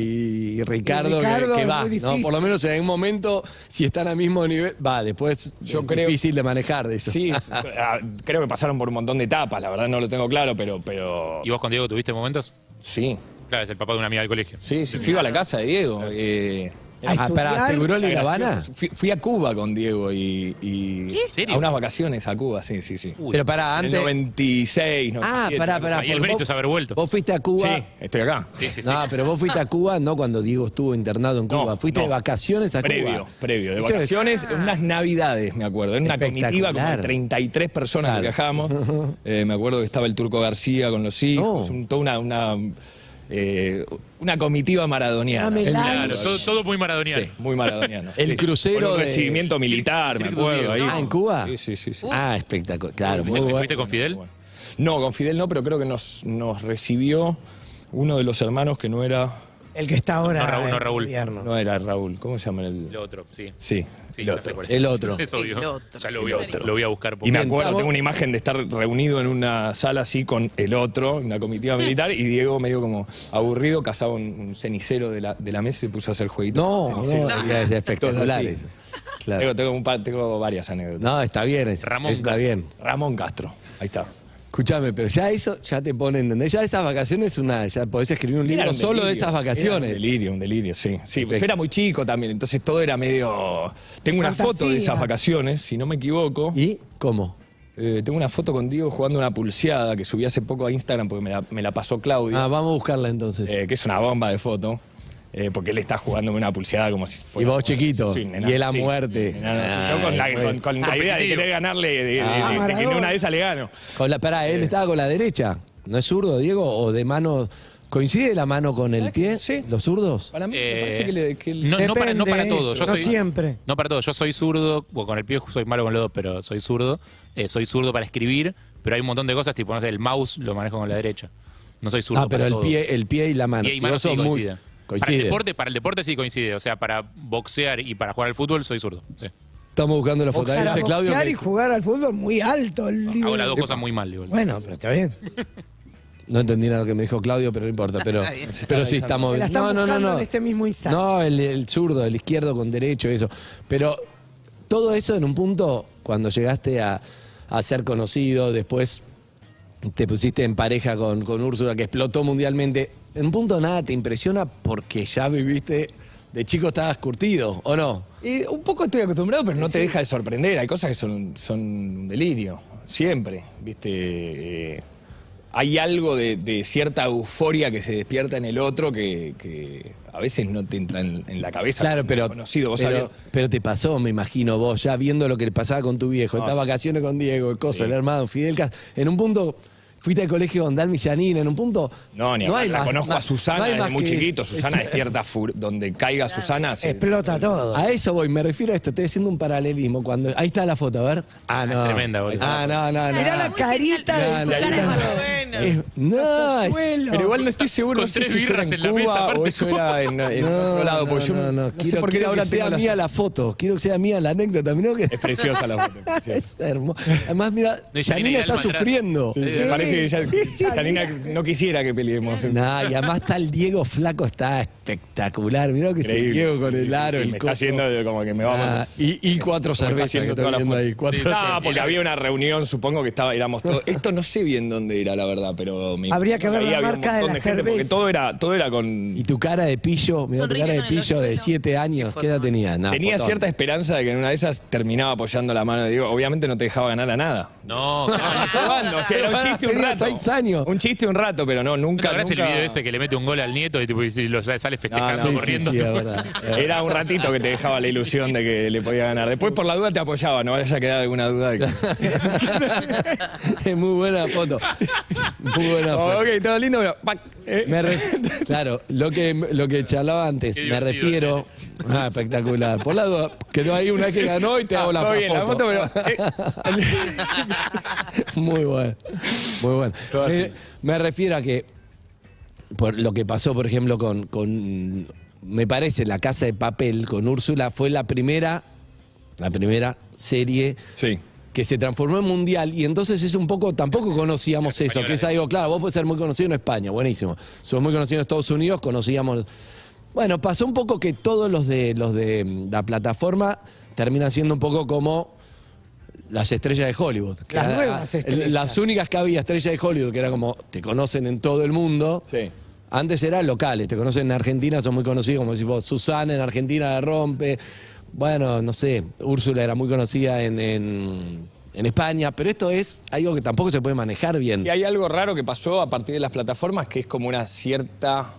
Speaker 3: y Ricardo, que-
Speaker 7: Ricardo
Speaker 3: que,
Speaker 7: es
Speaker 3: va,
Speaker 7: muy
Speaker 3: ¿no?
Speaker 7: difícil.
Speaker 3: Por lo menos en algún momento, si están al mismo nivel, va, después
Speaker 5: Yo
Speaker 3: es
Speaker 5: creo-
Speaker 3: difícil de manejar de eso.
Speaker 5: Sí, ah, creo que pasaron por un montón de etapas, la verdad no lo tengo claro, pero, pero
Speaker 6: ¿Y vos con Diego tuviste momentos?
Speaker 5: sí,
Speaker 6: Claro, es el papá de una amiga del colegio.
Speaker 5: sí, sí, yo iba a la casa de Diego. eh,
Speaker 7: A
Speaker 3: Ah,
Speaker 7: estudiar.
Speaker 3: para aseguró
Speaker 5: era
Speaker 3: la Habana.
Speaker 5: gracioso. Fui, fui a Cuba con Diego y, y
Speaker 6: ¿En serio?
Speaker 5: a unas vacaciones a Cuba, sí, sí, sí.
Speaker 6: Uy,
Speaker 3: Pero para
Speaker 5: En el
Speaker 3: antes.
Speaker 5: 96, 97.
Speaker 3: Ah, pará, pará.
Speaker 6: Ahí el
Speaker 3: porque
Speaker 6: mérito
Speaker 3: vos-
Speaker 6: es haber vuelto.
Speaker 3: Vos fuiste a Cuba.
Speaker 5: Sí, estoy acá.
Speaker 6: Sí, sí, sí.
Speaker 3: No, pero vos fuiste a Cuba no cuando Diego estuvo internado en
Speaker 5: No,
Speaker 3: Cuba. fuiste
Speaker 5: no.
Speaker 3: de vacaciones a
Speaker 5: Previo,
Speaker 3: Cuba.
Speaker 5: previo. De
Speaker 3: Eso es-
Speaker 5: vacaciones, unas navidades, me acuerdo. En una comitiva como de
Speaker 3: Espectacular.
Speaker 5: 33 personas
Speaker 3: Claro.
Speaker 5: que viajamos. Eh, me acuerdo que estaba el Turco García con los hijos.
Speaker 3: No.
Speaker 5: un- toda una, una, eh, una comitiva maradoniana.
Speaker 7: Una melange.
Speaker 6: Claro, todo, todo muy maradoniano.
Speaker 5: Sí, muy maradoniano.
Speaker 3: El
Speaker 5: Sí.
Speaker 3: crucero
Speaker 5: Con un
Speaker 3: de-
Speaker 5: recibimiento militar, me
Speaker 6: Cirque du
Speaker 5: acuerdo.
Speaker 6: Diego.
Speaker 5: ahí.
Speaker 3: Ah, ¿en Cuba?
Speaker 5: Sí, sí, sí. sí.
Speaker 3: Ah, espectacular. Claro, muy
Speaker 6: ¿Fuiste,
Speaker 3: bueno.
Speaker 6: fuiste con Fidel?
Speaker 5: Bueno. No, con Fidel no, pero creo que nos, nos recibió uno de los hermanos que no era,
Speaker 7: El que está ahora.
Speaker 6: No, Raúl, no,
Speaker 7: en
Speaker 6: Raúl.
Speaker 7: gobierno.
Speaker 5: no era Raúl. ¿Cómo se llama el...?
Speaker 6: El otro, sí.
Speaker 5: Sí,
Speaker 6: Sí,
Speaker 5: el
Speaker 6: ya
Speaker 5: otro.
Speaker 6: sé cuál es.
Speaker 3: El otro.
Speaker 6: Es obvio.
Speaker 4: El otro.
Speaker 6: Ya lo voy, a, lo voy a buscar. por-
Speaker 5: Y me
Speaker 3: Bien,
Speaker 5: acuerdo,
Speaker 3: estamos-
Speaker 5: tengo una imagen de estar reunido en una sala así con el otro, una comitiva militar, y Diego medio como aburrido, cazaba un, un cenicero de la, de la mesa y se puso a hacer jueguitos.
Speaker 3: No,
Speaker 5: con
Speaker 3: no,
Speaker 5: cenicero.
Speaker 3: es
Speaker 5: Todos
Speaker 3: espectacular
Speaker 5: así.
Speaker 3: eso.
Speaker 5: Tengo,
Speaker 3: Claro.
Speaker 5: tengo un par- tengo varias anécdotas.
Speaker 3: No, está bien. es-
Speaker 6: Ramón
Speaker 3: está
Speaker 6: Castro.
Speaker 3: bien.
Speaker 5: Ramón Castro, ahí está.
Speaker 3: Escuchame, pero ya eso ya te pone, ¿entendés? Ya esas vacaciones, una, ya podés escribir un
Speaker 5: Era
Speaker 3: libro
Speaker 5: un
Speaker 3: solo de
Speaker 5: delirio,
Speaker 3: esas
Speaker 5: era
Speaker 3: vacaciones.
Speaker 5: un delirio, un delirio, sí. sí
Speaker 3: Perfecto.
Speaker 5: yo era muy chico también, entonces todo era medio... Tengo una foto de
Speaker 7: Fantasía.
Speaker 5: esas vacaciones, si no me equivoco.
Speaker 3: ¿Y cómo?
Speaker 5: Eh, tengo una foto con Diego jugando una pulseada que subí hace poco a Instagram porque me la, me la pasó Claudio.
Speaker 3: Ah, vamos a buscarla entonces.
Speaker 5: eh, que es una bomba de foto, eh, porque él está jugándome una pulseada como si fuera.
Speaker 3: Y vos chiquito, y él a muerte.
Speaker 5: nena, sí. Yo
Speaker 3: Ay,
Speaker 5: con la,
Speaker 3: bueno.
Speaker 5: con- con la idea de querer ganarle, de, de-
Speaker 3: Ah,
Speaker 5: de- de que en
Speaker 7: Maradona.
Speaker 5: una de esas le gano.
Speaker 3: Con la, pará, él estaba con la derecha. ¿No es zurdo, Diego? ¿O de mano? ¿Coincide la mano con el
Speaker 5: ¿Sabes qué?
Speaker 3: pie?
Speaker 5: Sí.
Speaker 3: ¿Los zurdos?
Speaker 5: Para mí me
Speaker 6: Eh,
Speaker 5: parece que, le, que le-
Speaker 6: no, no para, no
Speaker 7: Depende,
Speaker 6: para
Speaker 7: ¿eh?
Speaker 6: todo. Yo
Speaker 7: No
Speaker 6: soy,
Speaker 7: siempre.
Speaker 6: No para todo. Yo soy zurdo. bueno, con el pie soy malo con los dos, pero soy zurdo. Eh, soy zurdo para escribir, pero hay un montón de cosas, tipo, no sé, el mouse lo manejo con la derecha. No soy zurdo
Speaker 3: Ah, pero
Speaker 6: para
Speaker 3: el
Speaker 6: todo.
Speaker 3: pie, el pie y la mano.
Speaker 6: Pie y
Speaker 3: Si
Speaker 6: mano
Speaker 3: vos
Speaker 6: sí
Speaker 3: sos muy-
Speaker 6: coinciden. Para el,
Speaker 3: coincide.
Speaker 6: deporte, para el deporte sí coincide. O sea, para boxear y para jugar al fútbol soy zurdo. sí.
Speaker 3: Estamos buscando la foto. Ahí
Speaker 7: Para
Speaker 3: dice Claudio
Speaker 7: boxear
Speaker 3: que-
Speaker 7: y jugar al fútbol muy alto. El nivel.
Speaker 6: Hago las dos cosas muy mal, igual.
Speaker 7: Bueno, pero está bien.
Speaker 3: No entendí nada lo que me dijo Claudio, pero no importa. Pero,
Speaker 4: Está bien.
Speaker 3: pero sí, estamos
Speaker 7: Me la están
Speaker 3: No, no, no,
Speaker 7: buscando
Speaker 3: no.
Speaker 7: en este mismo instante.
Speaker 3: No, el, el zurdo, el izquierdo con derecho, eso. Pero todo eso en un punto, cuando llegaste a, a ser conocido, después te pusiste en pareja con, con Úrsula, que explotó mundialmente, en un punto nada te impresiona porque ya viviste, de chico estabas curtido, ¿o no?
Speaker 5: Y un poco estoy acostumbrado, pero no te deja de sorprender. Hay cosas que son, son un delirio. Siempre, ¿viste? Eh, hay algo de, de cierta euforia que se despierta en el otro que, que a veces no te entra en, en la cabeza.
Speaker 3: Claro,
Speaker 5: como
Speaker 3: pero,
Speaker 5: Conocido, vos
Speaker 3: pero,
Speaker 5: sabés.
Speaker 3: pero te pasó, me imagino vos, ya viendo lo que le pasaba con tu viejo,
Speaker 5: No,
Speaker 3: estas
Speaker 5: Ah, sí.
Speaker 3: vacaciones con Diego, el coso,
Speaker 5: Sí.
Speaker 3: el hermano, Fidel Cas- En un punto, fuiste al colegio con Dalmi Yanina, en un punto.
Speaker 5: No, ni
Speaker 3: hay
Speaker 5: hablar. la
Speaker 3: más-
Speaker 5: conozco
Speaker 3: más-
Speaker 5: a Susana
Speaker 3: no hay
Speaker 5: desde
Speaker 3: más
Speaker 5: muy
Speaker 3: que-
Speaker 5: chiquito. Susana despierta fur- donde caiga Susana. se-
Speaker 7: Explota todo.
Speaker 3: A eso voy, me refiero a esto, estoy haciendo un paralelismo. cuando Ahí está la foto, a ver. Ah, no.
Speaker 6: tremenda, boludo.
Speaker 3: Ah, no, no, no.
Speaker 8: Mirá
Speaker 7: la
Speaker 8: Muy
Speaker 7: carita
Speaker 8: genial.
Speaker 3: del
Speaker 8: Cara de
Speaker 3: Diego.
Speaker 8: Maradona.
Speaker 3: Es- no, es-
Speaker 7: Suelo.
Speaker 5: Pero igual no estoy seguro
Speaker 6: Con
Speaker 5: no sé
Speaker 6: tres
Speaker 5: si eso era
Speaker 6: birras
Speaker 5: en,
Speaker 6: en la
Speaker 5: Cuba
Speaker 6: mesa,
Speaker 5: o
Speaker 6: aparte.
Speaker 5: eso era en, en
Speaker 3: No,
Speaker 5: otro lado.
Speaker 3: no,
Speaker 5: porque yo
Speaker 3: no, no,
Speaker 5: no sé
Speaker 3: quiero,
Speaker 5: por qué
Speaker 3: quiero
Speaker 5: ahora
Speaker 3: que
Speaker 5: tengo
Speaker 3: sea mía la foto, quiero que sea mía la anécdota. mirá lo que-
Speaker 5: Es preciosa la foto. es preciosa.
Speaker 3: Es hermoso. Además, mira,
Speaker 6: De Yanina y
Speaker 3: Janina está
Speaker 6: Alma atrás.
Speaker 3: sufriendo.
Speaker 5: Sí, me parece que ya- Janina no quisiera que peleemos.
Speaker 3: Nah, y además tal Diego Flaco está espectacular. Mirá lo que se
Speaker 5: Increíble.
Speaker 3: Diego con
Speaker 5: Sí,
Speaker 3: el
Speaker 5: sí,
Speaker 3: aro, el
Speaker 5: sí, me
Speaker 3: coso.
Speaker 5: está haciendo de- como que me va a
Speaker 3: Ah,
Speaker 5: mandar.
Speaker 3: y, y cuatro
Speaker 5: Como está
Speaker 3: cervezas que
Speaker 5: haciendo
Speaker 3: estoy
Speaker 5: toda la
Speaker 3: viendo
Speaker 5: fuerza.
Speaker 3: ahí. Cuatro
Speaker 6: Sí,
Speaker 5: No,
Speaker 3: cervezas.
Speaker 5: porque había una reunión, supongo que estaba, éramos todos. Esto no sé bien dónde era, la verdad, pero me
Speaker 7: Habría que ver
Speaker 5: ahí
Speaker 7: la
Speaker 5: había un
Speaker 7: marca de
Speaker 5: montón
Speaker 7: la
Speaker 5: gente, porque
Speaker 7: cerveza.
Speaker 5: todo era, todo era con.
Speaker 3: Y tu cara de pillo, mira tu
Speaker 8: Sonrisa
Speaker 3: cara de
Speaker 8: con el
Speaker 3: pillo de
Speaker 8: ojito.
Speaker 3: siete años, ¿qué edad tenías? Nah,
Speaker 5: Tenía
Speaker 3: fotón.
Speaker 5: cierta esperanza de que en una de esas terminaba apoyando la mano de Diego. Obviamente no te dejaba ganar a nada.
Speaker 6: No,
Speaker 3: Ah,
Speaker 5: Estaban jugando, o sea, era un chiste un
Speaker 3: Tenía
Speaker 5: rato.
Speaker 3: seis años.
Speaker 5: Un chiste un rato, pero no, nunca.
Speaker 6: ahora es el
Speaker 5: nunca-
Speaker 6: video ese que le mete un gol al nieto y, tipo, y lo sale sale festejando,
Speaker 5: no, sí,
Speaker 6: corriendo.
Speaker 3: sí, sí, es
Speaker 6: tipo,
Speaker 3: verdad.
Speaker 5: Era un ratito que te dejaba la ilusión de que le podía ganar. Después por la duda te apoyaba, no vaya a quedar alguna duda de que.
Speaker 3: Es muy buena foto. Muy buena
Speaker 5: Oh,
Speaker 3: foto.
Speaker 5: ok, todo lindo, pero. ¡pac! Eh.
Speaker 3: Me ref- claro, lo que, lo que charlaba antes,
Speaker 6: Qué
Speaker 3: me
Speaker 6: divertido,
Speaker 3: refiero. Ah, espectacular. Por la duda, quedó ahí una vez que ganó y te
Speaker 5: ¿eh? Ah,
Speaker 3: hago la
Speaker 5: todo bien, la
Speaker 3: foto.
Speaker 5: foto, pero. eh.
Speaker 3: Muy bueno, muy bueno.
Speaker 5: Todo así.
Speaker 3: Me, me refiero a que por lo que pasó, por ejemplo, con, con, me parece, La Casa de Papel con Úrsula fue la primera, la primera serie
Speaker 5: Sí.
Speaker 3: que se transformó en mundial y entonces es un poco, tampoco conocíamos eso, que es algo, claro, vos podés ser muy conocido en España, buenísimo. Sos muy conocido en Estados Unidos, conocíamos. Bueno, pasó un poco que todos los de los de mm, la plataforma terminan siendo un poco como las estrellas de Hollywood. que
Speaker 7: Las
Speaker 3: era-
Speaker 7: nuevas estrellas.
Speaker 3: Las únicas que había estrellas de Hollywood, que era como, te conocen en todo el mundo.
Speaker 5: Sí.
Speaker 3: Antes eran locales, te conocen en Argentina, son muy conocidos, como decís vos, Susana en Argentina la rompe, bueno, no sé, Úrsula era muy conocida en, en- en España, pero esto es algo que tampoco se puede manejar bien.
Speaker 5: Y hay algo raro que pasó a partir de las plataformas que es como una cierta,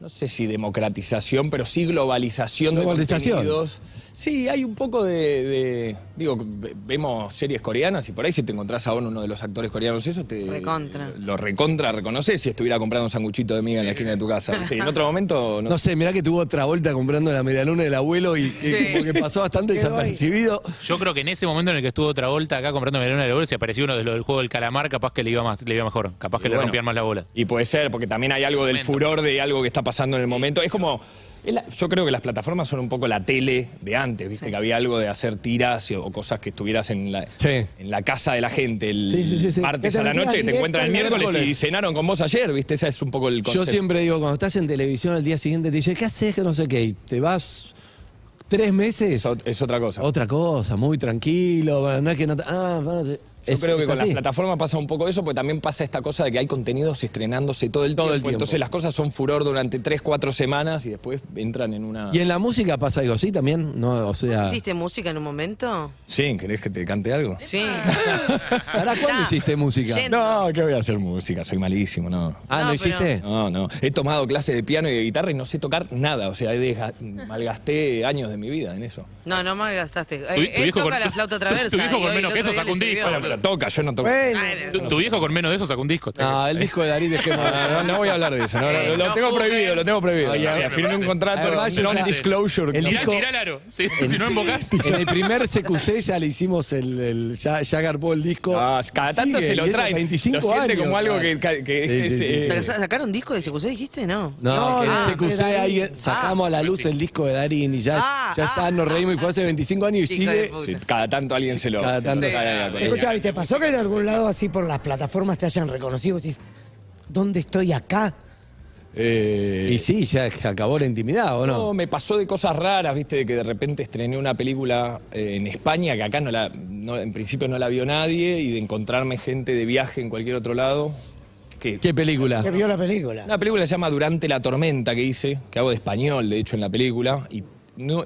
Speaker 5: no sé si democratización, pero sí globalización,
Speaker 3: Globalización.
Speaker 5: de contenidos. Sí, hay un poco de, de- digo, ve- vemos series coreanas y por ahí si te encontrás a uno de los actores coreanos eso te
Speaker 4: Recontra.
Speaker 5: lo, lo recontra reconoces si estuviera comprando un sanguchito de miga en la esquina de tu casa. ¿viste? En otro momento no,
Speaker 3: No sé, mirá que tuvo otra vuelta comprando la medialuna del abuelo y, y como que pasó bastante desapercibido.
Speaker 6: Yo creo que en ese momento en el que estuvo otra vuelta acá comprando melón de la bolsa, si apareció uno de los del juego del calamar, capaz que le iba más, le iba mejor, capaz que le
Speaker 5: bueno.
Speaker 6: rompían más la bola.
Speaker 5: Y puede ser, porque también hay algo del
Speaker 6: Momento.
Speaker 5: furor de algo que está pasando en el momento. Es como. es la- yo creo que las plataformas son un poco la tele de antes, ¿viste? Que había algo de hacer tiras y- o cosas que estuvieras en la,
Speaker 3: Sí.
Speaker 5: en la casa de la gente el
Speaker 3: Sí, sí, sí, sí.
Speaker 5: martes
Speaker 7: Que te
Speaker 5: a la
Speaker 7: metías
Speaker 5: noche, te
Speaker 7: directo
Speaker 5: encuentran el
Speaker 7: al
Speaker 5: miércoles y
Speaker 7: miércoles.
Speaker 5: cenaron con vos ayer, ¿viste? Ese es un poco el
Speaker 3: Yo
Speaker 5: concepto.
Speaker 3: siempre digo, cuando estás en televisión al día siguiente te dice, ¿qué haces? Que no sé qué, y te vas tres meses.
Speaker 5: Es, ot- es otra cosa.
Speaker 3: Otra cosa, muy tranquilo, bueno, no es que no... te- Ah, bueno, es-
Speaker 5: Yo creo que
Speaker 3: es
Speaker 5: con las
Speaker 3: así.
Speaker 5: plataformas pasa un poco eso, porque también pasa esta cosa de que hay contenidos estrenándose todo el,
Speaker 3: Todo el
Speaker 5: tiempo,
Speaker 3: tiempo.
Speaker 5: Entonces las cosas son furor durante 3, 4 semanas y después entran en una.
Speaker 3: Ah. Y en la música pasa algo así también, ¿no? O sea.
Speaker 4: ¿Hiciste música en un momento?
Speaker 5: Sí, ¿querés que te cante algo?
Speaker 4: Sí.
Speaker 3: ¿Para cuándo
Speaker 4: Ya.
Speaker 3: hiciste música?
Speaker 4: Yendo.
Speaker 5: No, que voy a hacer música, soy malísimo, no.
Speaker 3: Ah, ¿no,
Speaker 4: No,
Speaker 3: hiciste?
Speaker 5: No, no. He tomado clases de piano y de guitarra y no sé tocar nada. O sea, he deja- malgasté años de mi vida en eso.
Speaker 4: No, no malgastaste.
Speaker 6: Tu-
Speaker 4: Eh,
Speaker 6: tu
Speaker 4: Él
Speaker 6: viejo
Speaker 4: toca
Speaker 6: con-
Speaker 4: la flauta traversa.
Speaker 6: tu viejo
Speaker 4: y
Speaker 6: con
Speaker 4: hoy el
Speaker 6: menos
Speaker 4: otro
Speaker 6: que eso
Speaker 4: día
Speaker 6: sacó un
Speaker 4: le
Speaker 6: disco,
Speaker 4: sirvió.
Speaker 6: la verdad.
Speaker 5: Toca, yo no toco.
Speaker 7: Bueno,
Speaker 6: Tu, tu viejo con menos de eso sacó un disco.
Speaker 3: No, el disco de Darín dejemos.
Speaker 5: No, no, no voy a hablar de eso. No, no, lo
Speaker 4: No
Speaker 5: tengo
Speaker 4: juzguen.
Speaker 5: prohibido, lo tengo prohibido.
Speaker 6: Ay, ay,
Speaker 5: Firmé un
Speaker 6: me
Speaker 5: contrato
Speaker 3: Además, yo ya-
Speaker 5: non-disclosure.
Speaker 3: el
Speaker 5: No,
Speaker 6: Tirá,
Speaker 3: disco-
Speaker 6: tirá el aro. Sí, si no embocás.
Speaker 3: En el primer CQC ya le hicimos el. el- ya, ya garpó el disco.
Speaker 5: Ah, cada tanto
Speaker 3: Sigue,
Speaker 5: se
Speaker 3: y
Speaker 5: lo
Speaker 3: eso,
Speaker 5: traen.
Speaker 3: 25
Speaker 5: lo siente
Speaker 3: años,
Speaker 5: como algo
Speaker 3: claro.
Speaker 5: que, que
Speaker 3: Sí,
Speaker 5: es,
Speaker 3: sí, sí,
Speaker 5: eh,
Speaker 3: sí.
Speaker 4: ¿Saca- ¿Sacaron disco de CQC, dijiste? No.
Speaker 3: No, Ah,
Speaker 7: No,
Speaker 3: que en
Speaker 7: ah,
Speaker 3: el CQC
Speaker 7: de Darín.
Speaker 3: ahí sacamos a la luz el disco de Darín y ya,
Speaker 4: Ah,
Speaker 3: ya está,
Speaker 4: ah,
Speaker 3: nos reímos y fue hace 25 años y
Speaker 4: Chico de
Speaker 3: sigue.
Speaker 4: puta.
Speaker 5: sí, cada tanto alguien se lo.
Speaker 3: Cada
Speaker 5: se lo
Speaker 3: tanto.
Speaker 5: trae a la
Speaker 6: eh,
Speaker 5: colección.
Speaker 7: Escucha, ¿te pasó que en algún lado así por las plataformas te hayan reconocido? y Decís, ¿dónde estoy acá?
Speaker 5: Eh,
Speaker 3: Y sí, ya acabó la intimidad, ¿o
Speaker 5: No,
Speaker 3: no?
Speaker 5: me pasó de cosas raras, viste, de que de repente estrené una película eh, en España que acá no la, no- en principio no la vio nadie y de encontrarme gente de viaje en cualquier otro lado. Que,
Speaker 3: ¿Qué película?
Speaker 7: Que vio la película.
Speaker 5: Una película que se llama Durante la tormenta que hice, que hago de español, de hecho, en la película y no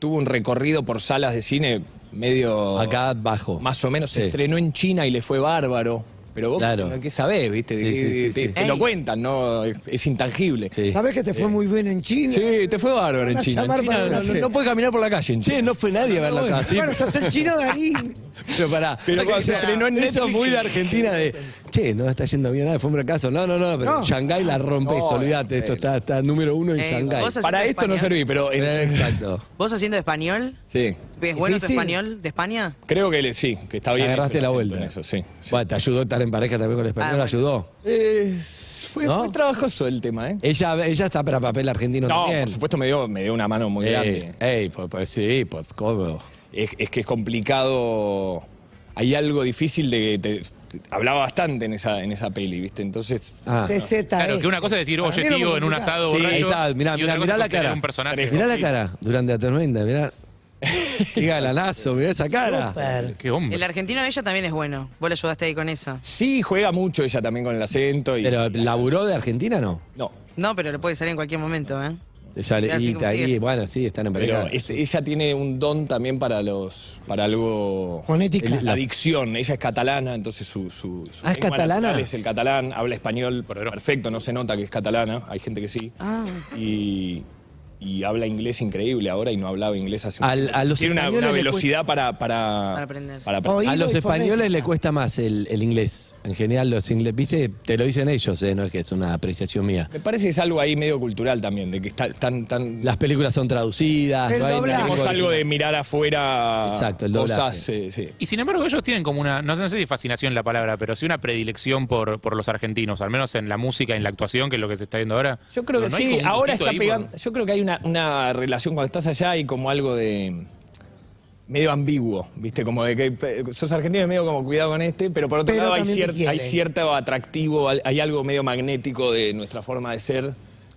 Speaker 5: tuvo un recorrido por salas de cine medio
Speaker 3: Acá bajo.
Speaker 5: más o menos
Speaker 3: Sí.
Speaker 5: se estrenó en China y le fue bárbaro. Pero vos,
Speaker 3: Claro.
Speaker 5: ¿qué sabés, viste?
Speaker 3: Sí,
Speaker 5: De
Speaker 3: sí,
Speaker 5: qué-
Speaker 3: sí,
Speaker 5: te,
Speaker 3: sí.
Speaker 5: te lo cuentan, ¿no? Es, es intangible.
Speaker 3: Sí.
Speaker 7: ¿Sabés que te fue muy bien en China?
Speaker 5: Sí, te fue bárbaro en
Speaker 7: Van a
Speaker 5: China. En
Speaker 7: llamar
Speaker 5: China
Speaker 7: para
Speaker 5: no,
Speaker 7: adelante.
Speaker 5: no puedes caminar por la calle en China.
Speaker 3: Che, no fue nadie a verla acá. sí.
Speaker 7: Bueno, sos el chino Darín.
Speaker 3: Pero pará.
Speaker 5: Pero cuando se estrenó en
Speaker 3: Eso es
Speaker 5: Netflix-
Speaker 3: muy de Argentina de. Che, no está yendo bien nada, fue un fracaso. No, no, no, pero en
Speaker 7: No.
Speaker 3: Shanghái la rompés,
Speaker 5: No, eh,
Speaker 3: olvídate. Esto está, está número uno en
Speaker 4: Eh,
Speaker 3: Shanghái.
Speaker 4: vos haces-
Speaker 5: Para esto no
Speaker 4: Español.
Speaker 5: serví, pero. en-
Speaker 3: Eh, Exacto.
Speaker 4: ¿Vos haciendo de español?
Speaker 5: Sí.
Speaker 4: ¿Es bueno tu
Speaker 7: Difícil.
Speaker 4: español de España?
Speaker 5: Creo que le- sí, que está bien.
Speaker 3: Agarraste
Speaker 5: hecho el
Speaker 3: la
Speaker 5: acento
Speaker 3: vuelta.
Speaker 5: en Eso, sí. sí.
Speaker 3: Bueno, te ayudó estar en pareja también con el español,
Speaker 4: Ah, bueno.
Speaker 3: ayudó.
Speaker 5: Eh, fue,
Speaker 3: ¿No?
Speaker 5: fue trabajoso el tema, ¿eh?
Speaker 3: Ella, ella está para papel argentino
Speaker 5: No,
Speaker 3: también. Eh,
Speaker 5: por supuesto me dio, me dio una mano muy
Speaker 3: Ey,
Speaker 5: grande.
Speaker 3: ey, pues, pues sí, pues cómo.
Speaker 5: Es, es que es complicado. Hay hay algo difícil de que te, te- hablaba bastante en esa, en esa peli, ¿viste? Entonces,
Speaker 3: Ah.
Speaker 7: CZS.
Speaker 6: Claro, que una cosa es decir,
Speaker 7: Para
Speaker 6: oye,
Speaker 7: mí era
Speaker 6: tío, en un
Speaker 7: complicado.
Speaker 6: asado
Speaker 3: Sí,
Speaker 6: borracho.
Speaker 3: ahí está, mirá,
Speaker 6: y otra
Speaker 3: mirá,
Speaker 6: cosa
Speaker 3: mirá
Speaker 6: es
Speaker 3: la
Speaker 6: sostener
Speaker 3: cara.
Speaker 6: un personaje.
Speaker 3: Mirá la
Speaker 6: Sí.
Speaker 3: cara durante la tormenta, mirá. Qué galanazo, mirá esa cara.
Speaker 7: Súper.
Speaker 6: Qué hombre.
Speaker 4: El argentino de ella también es bueno. Vos le ayudaste ahí con eso.
Speaker 5: sí juega mucho ella también con el acento y...
Speaker 3: Pero laburó de Argentina, ¿no?
Speaker 5: no,
Speaker 4: No, pero le puede salir en cualquier momento, ¿eh?
Speaker 3: Ella
Speaker 4: Sí,
Speaker 3: le-
Speaker 4: así
Speaker 3: y
Speaker 4: como
Speaker 3: ahí,
Speaker 4: sigue.
Speaker 3: bueno, sí, están en
Speaker 5: pero
Speaker 3: pareja.
Speaker 5: este- ella tiene un don también para los para algo...
Speaker 7: Fonética.
Speaker 5: La adicción, ella es catalana, entonces su, su, su
Speaker 3: Ah, ¿es
Speaker 5: lengua
Speaker 3: catalana?
Speaker 5: natural es el catalán, habla español perfecto, no se nota que es catalana, hay gente que sí.
Speaker 4: Ah.
Speaker 5: Y, y habla inglés increíble ahora y no hablaba inglés hace un
Speaker 3: Al-
Speaker 5: tiempo.
Speaker 3: a los
Speaker 5: Tiene una,
Speaker 3: españoles
Speaker 5: una
Speaker 3: les
Speaker 5: velocidad para, para,
Speaker 4: Para aprender.
Speaker 5: para aprender.
Speaker 7: Oído
Speaker 3: A los
Speaker 7: y
Speaker 3: españoles
Speaker 7: fonética.
Speaker 3: le cuesta más el, el inglés. En general, los ingleses, viste, te lo dicen ellos, eh, no es que es una apreciación mía.
Speaker 5: Me parece que es algo ahí medio cultural también, de que está tan... tan
Speaker 3: Las películas son traducidas.
Speaker 7: El
Speaker 3: no hay- no hay
Speaker 7: doblaje.
Speaker 5: tenemos
Speaker 3: ningún-
Speaker 5: algo de mirar afuera
Speaker 3: Exacto, el doblaje.
Speaker 5: cosas, eh, sí.
Speaker 6: Y sin embargo, ellos tienen como una, no, no sé si fascinación la palabra, pero sí una predilección por, por los argentinos, al menos en la música, en la actuación, que es lo que se está viendo ahora.
Speaker 5: Yo creo que
Speaker 6: No hay
Speaker 5: sí,
Speaker 6: como un
Speaker 5: ahora
Speaker 6: gustito
Speaker 5: está
Speaker 6: ahí
Speaker 5: pegando.
Speaker 6: por-
Speaker 5: Yo creo que hay una, una relación cuando estás allá y como algo de. medio ambiguo, ¿viste? Como de que eh, sos argentino y medio como cuidado con este, pero por otro
Speaker 7: Pero
Speaker 5: lado hay,
Speaker 7: también te
Speaker 5: cier-
Speaker 7: quieren.
Speaker 5: hay cierto atractivo, al- hay algo medio magnético de nuestra forma de ser.
Speaker 3: Eh,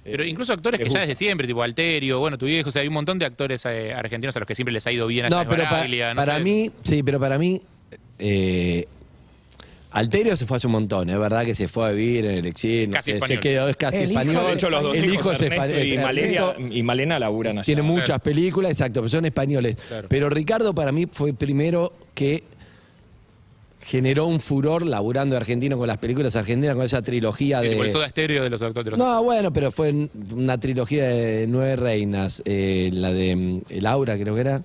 Speaker 6: Pero incluso actores que ya desde siempre, tipo Alterio, bueno, tu viejo, o sea, hay un montón de actores eh, argentinos a los que siempre les ha ido bien. a
Speaker 3: No, pero pa- para mí, sí, pero para mí, eh, Alterio se fue hace un montón, es verdad que se fue a vivir en el exilio, no sé,
Speaker 6: Casi
Speaker 3: se
Speaker 6: español.
Speaker 3: quedó, es casi
Speaker 7: El hijo
Speaker 3: español.
Speaker 7: de-
Speaker 5: De hecho, los dos
Speaker 3: el
Speaker 5: hijos,
Speaker 3: hijo es
Speaker 5: Ernesto
Speaker 3: español.
Speaker 5: y,
Speaker 3: es-
Speaker 5: Malena,
Speaker 3: Ernesto
Speaker 5: y Malena laburan allá.
Speaker 3: Tiene muchas
Speaker 6: Claro.
Speaker 3: películas, exacto, pero son españoles. Pero Ricardo para mí fue primero que generó un furor laburando argentino con las películas argentinas, con esa trilogía de...
Speaker 6: Tipo el soda estéreo de los actores. de los-
Speaker 3: No, bueno, pero fue en- una trilogía de Nueve Reinas, eh, la de mm, Laura creo que era.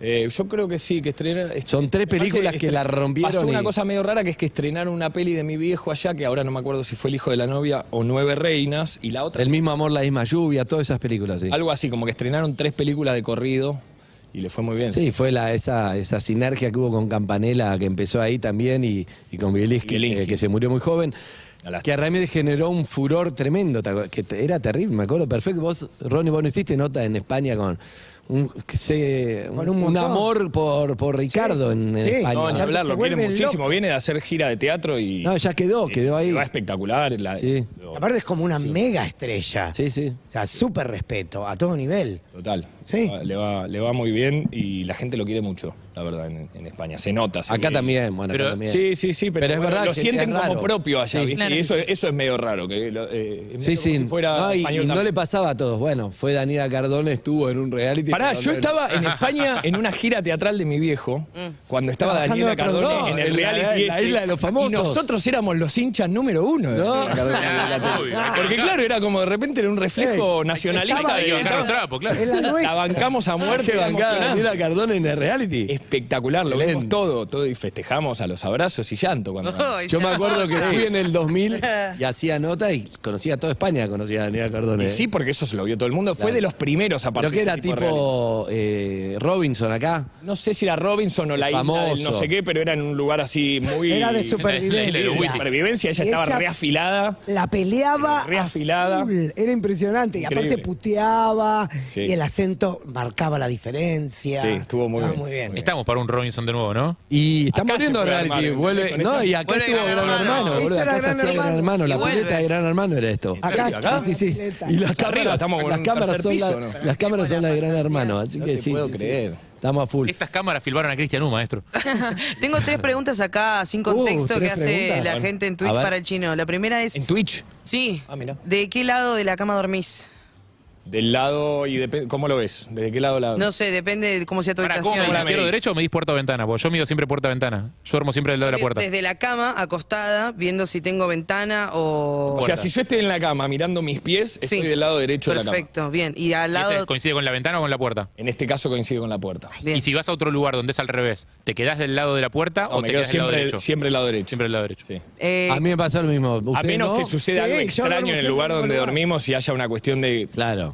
Speaker 5: Eh, yo creo que sí, que estrenar.
Speaker 3: Son tres
Speaker 5: me parece
Speaker 3: películas que la
Speaker 5: estre-
Speaker 3: rompieron
Speaker 5: este, Pasó una
Speaker 3: y-
Speaker 5: cosa medio rara que es que estrenaron una peli de mi viejo allá, que ahora no me acuerdo si fue El Hijo de la Novia o Nueve Reinas, y la otra.
Speaker 3: El mismo amor, la misma lluvia, todas esas películas, sí.
Speaker 5: Algo así, como que estrenaron tres películas de corrido y le fue muy bien.
Speaker 3: Sí, fue la, esa, esa sinergia que hubo con Campanella, que empezó ahí también, y, y con Bielinski,
Speaker 5: Bielinski.
Speaker 3: eh, que se murió muy joven.
Speaker 5: A las-
Speaker 3: Que a Ramírez generó un furor tremendo, ¿te acuerdas? que te- era terrible, me acuerdo perfecto. Vos, Ronnie, vos no hiciste nota en España con un, que se-
Speaker 7: Con un
Speaker 3: un
Speaker 7: montón.
Speaker 3: amor por, por Ricardo en, en
Speaker 7: sí.
Speaker 3: España.
Speaker 5: No,
Speaker 7: Aparte
Speaker 5: ni
Speaker 7: se
Speaker 5: hablar, lo
Speaker 7: vuelve
Speaker 5: quieren muchísimo.
Speaker 7: loco.
Speaker 5: Viene de hacer gira de teatro y. eh,
Speaker 3: No, ya quedó, quedó ahí.
Speaker 5: Va espectacular. la-
Speaker 3: Sí.
Speaker 5: lo-
Speaker 7: Aparte es como una mega estrella.
Speaker 3: Sí, sí.
Speaker 7: O sea, súper respeto, a todo nivel.
Speaker 5: Total.
Speaker 7: Sí.
Speaker 5: Le va, le va muy bien y la gente lo quiere mucho, la verdad, en, en España. Se nota. se
Speaker 3: Acá
Speaker 5: ve.
Speaker 3: también, bueno, acá
Speaker 6: Pero-
Speaker 3: también.
Speaker 5: Sí, sí, sí, pero,
Speaker 3: Pero es
Speaker 5: bueno,
Speaker 3: verdad
Speaker 5: lo
Speaker 3: que
Speaker 5: sienten
Speaker 3: es
Speaker 5: como
Speaker 3: raro.
Speaker 5: propio allá,
Speaker 3: Sí.
Speaker 5: ¿viste?
Speaker 8: Claro.
Speaker 5: Y eso, eso es medio raro, que lo- eh, es
Speaker 3: Sí,
Speaker 5: medio como
Speaker 3: sí.
Speaker 5: si fuera
Speaker 3: No, y,
Speaker 5: español
Speaker 3: y no
Speaker 5: también.
Speaker 3: le pasaba a todos. Bueno, fue Daniela Cardone, estuvo en un reality.
Speaker 5: Pará, yo
Speaker 3: Cardone-
Speaker 5: estaba en España en una gira teatral de mi viejo, cuando estaba
Speaker 7: Trabajando
Speaker 5: Daniela
Speaker 7: de productor.
Speaker 5: Cardone en el
Speaker 3: Mm. En la-
Speaker 5: reality
Speaker 3: en la
Speaker 5: ese.
Speaker 3: isla de los famosos.
Speaker 5: Y nosotros éramos los hinchas número uno. de
Speaker 3: No.
Speaker 5: Daniela Cardone.
Speaker 6: Ah, obvio, hay que
Speaker 5: Porque
Speaker 6: bancar-
Speaker 5: claro, era como de repente era un reflejo
Speaker 6: Hay
Speaker 5: nacionalista.
Speaker 6: que
Speaker 5: de-
Speaker 6: bancar los trapos, claro.
Speaker 7: Es la
Speaker 5: la
Speaker 7: nuestra.
Speaker 5: bancamos a
Speaker 3: Ah,
Speaker 5: muerte.
Speaker 3: qué
Speaker 5: era
Speaker 3: bancada,
Speaker 5: emocionante.
Speaker 3: Daniela Cardone en el reality.
Speaker 5: Espectacular, lo
Speaker 3: Excelente.
Speaker 5: vimos todo, todo y festejamos a los abrazos y llanto cuando ganó.
Speaker 4: Ay,
Speaker 3: Yo me acuerdo que
Speaker 4: hermosa.
Speaker 3: fui en el 2000 y hacía nota y conocía a toda España, conocía a Daniela Cardone.
Speaker 5: Y sí, porque eso se lo vio todo el mundo. Fue
Speaker 3: Claro.
Speaker 5: de los primeros a
Speaker 3: Pero que
Speaker 5: participar.
Speaker 3: era tipo eh, Robinson acá.
Speaker 5: No sé si era Robinson o la isla del no
Speaker 3: Famoso.
Speaker 5: sé qué, pero era en un lugar así muy...
Speaker 6: La isla
Speaker 7: Era de
Speaker 6: de los
Speaker 7: supervivencia.
Speaker 6: Whitties.
Speaker 5: supervivencia. Ella
Speaker 7: Y
Speaker 5: estaba
Speaker 7: ella-
Speaker 5: reafilada.
Speaker 7: La peleaba.
Speaker 5: Reafilada.
Speaker 7: a full. Era impresionante. Y
Speaker 5: Increíble.
Speaker 7: aparte puteaba.
Speaker 5: Sí.
Speaker 7: Y el acento marcaba la diferencia.
Speaker 5: Sí, estuvo muy
Speaker 7: Estaba
Speaker 5: bien, muy bien.
Speaker 6: Estamos para un Robinson de nuevo, ¿no?
Speaker 3: Y está
Speaker 5: Acá se
Speaker 3: muriendo
Speaker 5: fue a
Speaker 3: reality.
Speaker 5: armar,
Speaker 3: vuelve,
Speaker 5: ¿entendés?
Speaker 3: no, y acá
Speaker 4: Vuelve
Speaker 3: estuvo
Speaker 4: Gran
Speaker 3: Gran
Speaker 4: Hermano.
Speaker 3: Hermano. boludo,
Speaker 7: Esto era
Speaker 3: acá se
Speaker 7: Gran
Speaker 3: hacía Gran
Speaker 7: Hermano.
Speaker 3: Hermano. La
Speaker 4: Y vuelve.
Speaker 3: pileta de Gran Hermano era esto.
Speaker 7: Acá
Speaker 5: acá?
Speaker 7: está
Speaker 3: Sí, sí.
Speaker 7: completa.
Speaker 3: Y las
Speaker 5: Hasta arriba,
Speaker 3: cámaras,
Speaker 5: estamos en
Speaker 3: las
Speaker 5: un
Speaker 3: cámaras,
Speaker 5: tercer
Speaker 3: son,
Speaker 5: piso,
Speaker 3: la-
Speaker 5: ¿no?
Speaker 3: las cámaras son las de Gran Hermano. Así
Speaker 5: No
Speaker 3: que
Speaker 5: te
Speaker 3: sí,
Speaker 5: puedo
Speaker 3: sí, sí.
Speaker 5: creer.
Speaker 3: Estamos a full.
Speaker 6: Estas cámaras filmaron a Cristian U, maestro.
Speaker 4: Tengo tres preguntas acá sin contexto
Speaker 3: Uh,
Speaker 4: que
Speaker 3: ¿tres
Speaker 4: hace
Speaker 3: preguntas?
Speaker 4: la
Speaker 3: Bueno,
Speaker 4: gente en
Speaker 3: a
Speaker 4: Twitch
Speaker 3: ver.
Speaker 4: para el chino. La primera es,
Speaker 5: En Twitch.
Speaker 4: sí,
Speaker 5: Ah, mirá.
Speaker 4: ¿de qué lado de la cama dormís?
Speaker 5: Del lado y depende... ¿Cómo lo ves? ¿Desde qué lado la...?
Speaker 4: No sé, depende de cómo sea tu
Speaker 6: Ahora, ¿cómo
Speaker 4: habitación.
Speaker 6: me
Speaker 5: la
Speaker 6: dices? ¿Izquierdo
Speaker 5: medís?
Speaker 6: derecho o me dis puerta o ventana? Porque yo mido siempre puerta ventana. Yo duermo siempre del lado de la puerta.
Speaker 4: Desde la cama, acostada, viendo si tengo ventana o...
Speaker 5: o sea, si yo estoy en la cama mirando mis pies, estoy
Speaker 4: Sí.
Speaker 5: del lado derecho de la cama.
Speaker 4: Perfecto, bien. Y al
Speaker 6: ¿Y ese
Speaker 4: lado...
Speaker 6: ¿Coincide con la ventana o con la puerta?
Speaker 5: En este caso coincide con la puerta.
Speaker 4: Bien.
Speaker 6: Y si vas a otro lugar donde es al revés, ¿te quedás del lado de la puerta
Speaker 5: No,
Speaker 6: o
Speaker 5: me
Speaker 6: te
Speaker 5: quedo
Speaker 6: quedás del lado
Speaker 5: siempre,
Speaker 6: derecho?
Speaker 5: siempre del lado derecho.
Speaker 6: Siempre del lado derecho.
Speaker 5: Sí.
Speaker 4: eh,
Speaker 3: A mí me pasó lo mismo.
Speaker 5: A
Speaker 3: ¿Ustedes
Speaker 5: menos
Speaker 3: no?
Speaker 5: que suceda
Speaker 7: Sí,
Speaker 5: algo
Speaker 7: yo duermo
Speaker 5: extraño en el
Speaker 7: siempre
Speaker 5: lugar
Speaker 7: en un
Speaker 5: donde
Speaker 7: lugar.
Speaker 5: dormimos y haya una cuestión de
Speaker 3: Claro.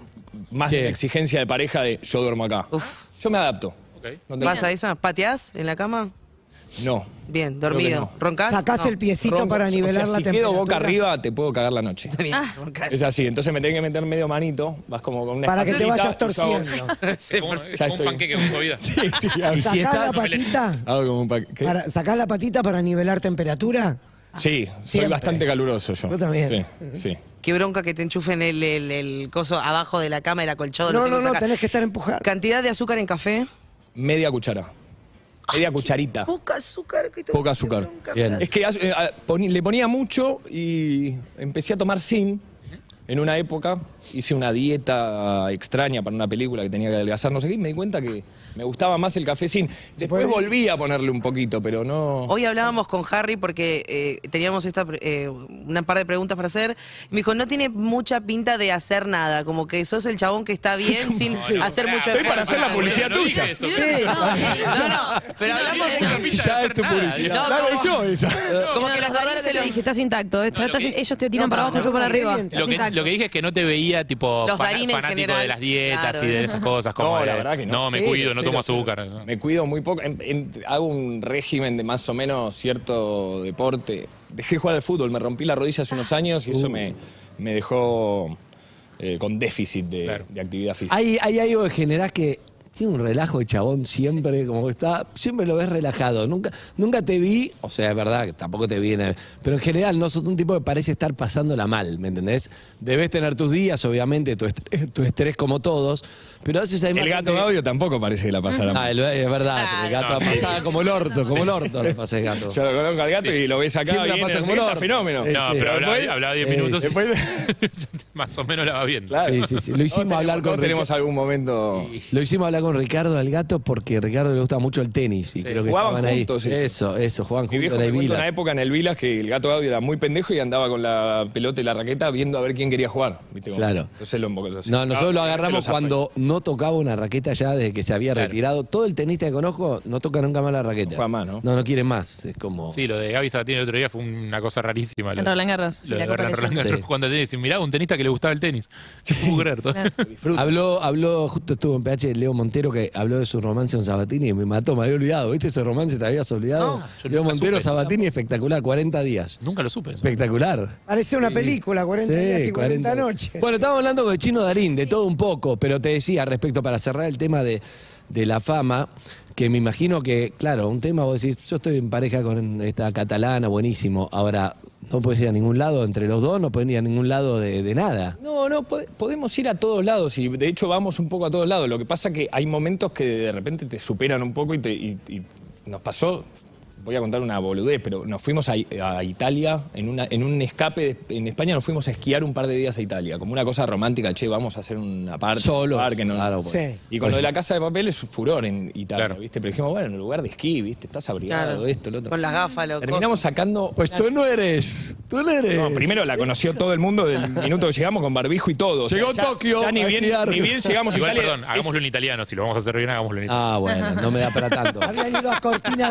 Speaker 5: más
Speaker 3: Che.
Speaker 5: de una exigencia de pareja de yo duermo acá.
Speaker 4: Uf.
Speaker 5: Yo me adapto.
Speaker 6: Ok.
Speaker 5: No tengo-
Speaker 4: ¿Vas a esa? ¿Pateás en la cama?
Speaker 5: No.
Speaker 4: Bien,
Speaker 5: Creo que
Speaker 4: dormido.
Speaker 5: no.
Speaker 4: ¿Roncás?
Speaker 7: Sacás
Speaker 4: No.
Speaker 7: el piecito
Speaker 5: Ronco-
Speaker 7: para
Speaker 5: o sea,
Speaker 7: nivelar la
Speaker 5: si
Speaker 7: temperatura.
Speaker 5: quedo boca arriba, te puedo cagar la noche.
Speaker 4: Bien, roncás.
Speaker 5: Es así, entonces me tienen que meter medio manito, vas como con una
Speaker 7: Para que te
Speaker 5: espatulita,
Speaker 7: vayas torciendo.
Speaker 6: Es como, es
Speaker 5: Ya
Speaker 6: como un
Speaker 5: estoy.
Speaker 6: panqueque con comida.
Speaker 5: Sí, sí, hago-
Speaker 7: Y
Speaker 5: si
Speaker 7: sacás la
Speaker 5: estás-
Speaker 7: patita.
Speaker 5: Hago como un paquete.
Speaker 7: Para, ¿Sacás la patita para nivelar temperatura?
Speaker 5: Sí, soy
Speaker 7: Siempre.
Speaker 5: bastante caluroso yo.
Speaker 7: Yo también.
Speaker 5: Sí, sí.
Speaker 4: Qué bronca que te enchufen el, el- el coso abajo de la cama, el acolchado. lo
Speaker 7: No,
Speaker 4: tengo
Speaker 7: no, no,
Speaker 4: sacar.
Speaker 7: tenés que estar empujando.
Speaker 4: Cantidad de azúcar en café.
Speaker 5: Media cuchara. Media cucharita.
Speaker 4: Poca azúcar. que te-
Speaker 5: Poca azúcar.
Speaker 4: Nunca-
Speaker 5: Es que eh, ah, poni- le ponía mucho y empecé a tomar zinc. En una época hice una dieta extraña para una película que tenía que adelgazar, no sé qué, y me di cuenta que me gustaba más el café sin. Después volví a ponerle un poquito, pero no.
Speaker 4: Hoy hablábamos con Harry porque eh, teníamos esta, pre- eh, una par de preguntas para hacer. Y me dijo, no tiene mucha pinta de hacer nada, como que sos el chabón que está bien sin
Speaker 6: No, no,
Speaker 4: hacer
Speaker 6: pará,
Speaker 4: mucho
Speaker 5: Estoy para hacer la
Speaker 6: pará,
Speaker 5: publicidad
Speaker 6: no, no
Speaker 5: tuya.
Speaker 6: dije eso.
Speaker 4: No, no, pero hablamos de
Speaker 6: No, pinta de hacer nada,
Speaker 4: No,
Speaker 5: Claro,
Speaker 4: como-
Speaker 5: yo esa.
Speaker 4: como
Speaker 8: No,
Speaker 4: que las
Speaker 8: recordá lo
Speaker 4: narices
Speaker 8: que te
Speaker 4: los-
Speaker 8: dije, estás intacto. estás-
Speaker 6: No, lo que-
Speaker 8: Ellos te tiran
Speaker 7: No,
Speaker 8: para
Speaker 7: para,
Speaker 8: abajo, yo para
Speaker 7: no,
Speaker 8: arriba.
Speaker 7: mientas.
Speaker 6: Lo que,
Speaker 8: Intacto.
Speaker 6: lo que dije es que no te veía tipo
Speaker 4: Los
Speaker 6: fan-
Speaker 4: Darín en
Speaker 6: fanático
Speaker 4: general.
Speaker 6: de las dietas
Speaker 4: Claro.
Speaker 6: y de esas cosas. Como
Speaker 5: No, la
Speaker 6: de-
Speaker 5: verdad que no.
Speaker 6: No, me
Speaker 5: Cero,
Speaker 6: cuido, no
Speaker 5: cero,
Speaker 6: tomo
Speaker 5: cero.
Speaker 6: azúcar.
Speaker 5: Me cuido muy poco. En- en- hago un régimen de más o menos cierto deporte. Dejé de jugar al fútbol, me rompí la rodilla hace unos años y eso me, me dejó eh, con déficit de,
Speaker 6: Claro.
Speaker 5: de actividad física.
Speaker 3: Hay, hay algo que generás que tiene un relajo de chabón siempre, como que está, siempre lo ves relajado. Nunca, nunca te vi, o sea, es verdad que tampoco te vi en el- pero en general no sos un tipo que parece estar pasándola mal, ¿me entendés? Debes tener tus días, obviamente, tu estrés, tu estrés como todos, pero a veces hay más
Speaker 5: El gato
Speaker 3: gente-
Speaker 5: Gaudio tampoco parece que la pasara
Speaker 3: Ah,
Speaker 5: mal.
Speaker 3: el- es verdad, porque el gato
Speaker 6: No,
Speaker 3: la
Speaker 6: sí,
Speaker 3: pasaba
Speaker 6: sí,
Speaker 3: como el orto, como el orto la pasa el gato.
Speaker 5: Yo lo conozco al gato y lo ves acá
Speaker 3: Siempre la
Speaker 5: viene,
Speaker 3: pasa
Speaker 5: no sé
Speaker 3: como
Speaker 5: qué,
Speaker 3: el
Speaker 5: está
Speaker 3: orto.
Speaker 5: fenómeno.
Speaker 3: Eh,
Speaker 6: No,
Speaker 3: sí.
Speaker 6: pero hablaba
Speaker 5: Después-
Speaker 6: 10
Speaker 3: eh,
Speaker 6: minutos. y-
Speaker 5: después-
Speaker 6: Más o menos la va viendo.
Speaker 5: Claro.
Speaker 3: Sí, sí, sí. Lo
Speaker 5: No
Speaker 3: hicimos
Speaker 5: tenemos-
Speaker 3: hablar
Speaker 5: no
Speaker 3: con
Speaker 5: tenemos
Speaker 3: Rica-
Speaker 5: algún momento.
Speaker 3: Lo hicimos hablar con Ricardo al gato porque a Ricardo le gusta mucho el tenis y creo que
Speaker 5: jugaban
Speaker 3: estaban ahí.
Speaker 5: juntos, eso.
Speaker 3: eso, eso, jugaban
Speaker 5: Mi
Speaker 3: juntos
Speaker 5: viejo
Speaker 3: en
Speaker 5: me
Speaker 3: el
Speaker 5: cuenta
Speaker 3: Vila.
Speaker 5: una época en el Vilas que el gato Gaudio era muy pendejo y andaba con la pelota y la raqueta viendo a ver quién quería jugar. ¿viste? Como-
Speaker 3: Claro.
Speaker 5: Entonces lo embocó. así.
Speaker 3: No, nosotros
Speaker 5: Ah,
Speaker 3: lo
Speaker 5: obviamente
Speaker 3: agarramos
Speaker 5: zafó.
Speaker 3: cuando no tocaba una raqueta ya desde que se había
Speaker 6: Claro.
Speaker 3: retirado. Todo el tenista que conozco no toca nunca más la raqueta.
Speaker 5: No juega más, ¿no?
Speaker 3: No, no quiere más. Es como.
Speaker 6: Sí, lo de Gaby Sabatini el otro día fue una cosa rarísima. lo-
Speaker 8: En Roland Garros, sí,
Speaker 6: Lo
Speaker 8: la
Speaker 6: de
Speaker 8: Copa
Speaker 6: Roland
Speaker 8: Leyes.
Speaker 6: Garros
Speaker 3: Sí.
Speaker 6: cuando tenés. Y mirá, un tenista que le gustaba el tenis. Se pudo creer todo.
Speaker 3: Habló, habló, justo estuvo en PH Leo Montero que habló de su romance con Sabatini y me mató, me había olvidado. ¿Viste ese romance? ¿Te habías olvidado?
Speaker 6: No, yo
Speaker 3: Leo
Speaker 6: nunca
Speaker 3: Montero,
Speaker 6: supe,
Speaker 3: Sabatini, espectacular, 40 días.
Speaker 6: Nunca lo supe. eso.
Speaker 3: Espectacular.
Speaker 7: Parece una película, 40 días y 40, noches.
Speaker 3: Bueno, estamos hablando con el Chino Darín, de todo un poco, pero te decía respecto, para cerrar el tema de, de la fama, que me imagino que, claro, un tema vos decís, yo estoy en pareja con esta catalana, buenísimo, ahora no puedes ir a ningún lado entre los dos, no pueden ir a ningún lado de, de nada.
Speaker 5: No, no, pod- podemos ir a todos lados y de hecho vamos un poco a todos lados. Lo que pasa que hay momentos que de repente te superan un poco y, te- y- y nos pasó, voy a contar una boludez, pero nos fuimos a, I- a Italia en, una- en un escape, de- en España nos fuimos a esquiar un par de días a Italia, como una cosa romántica, che, vamos a hacer una parte.
Speaker 3: Solo.
Speaker 5: un parque, no-
Speaker 3: Claro,
Speaker 7: Sí. pues.
Speaker 5: Y con lo de la casa de papel es furor en Italia,
Speaker 6: Claro.
Speaker 5: ¿viste? Pero dijimos, bueno, en lugar de esquí, ¿viste? Estás abrigado,
Speaker 4: Claro.
Speaker 5: esto, lo otro.
Speaker 4: Con las gafas, lo
Speaker 5: Terminamos sacando
Speaker 3: Pues tú no eres, tú no eres.
Speaker 5: no, primero la conoció todo el mundo del minuto que llegamos con barbijo y todo. O sea,
Speaker 3: Llegó
Speaker 5: ya-
Speaker 3: Tokio
Speaker 5: Ya ni
Speaker 3: a
Speaker 5: bien,
Speaker 3: esquiar.
Speaker 5: ni bien llegamos a
Speaker 6: Igual,
Speaker 5: Italia.
Speaker 6: perdón, hagámoslo en italiano. Si lo vamos a hacer bien, hagámoslo en italiano.
Speaker 3: Ah, bueno, no me da para tanto.
Speaker 7: Habían ido a Cortina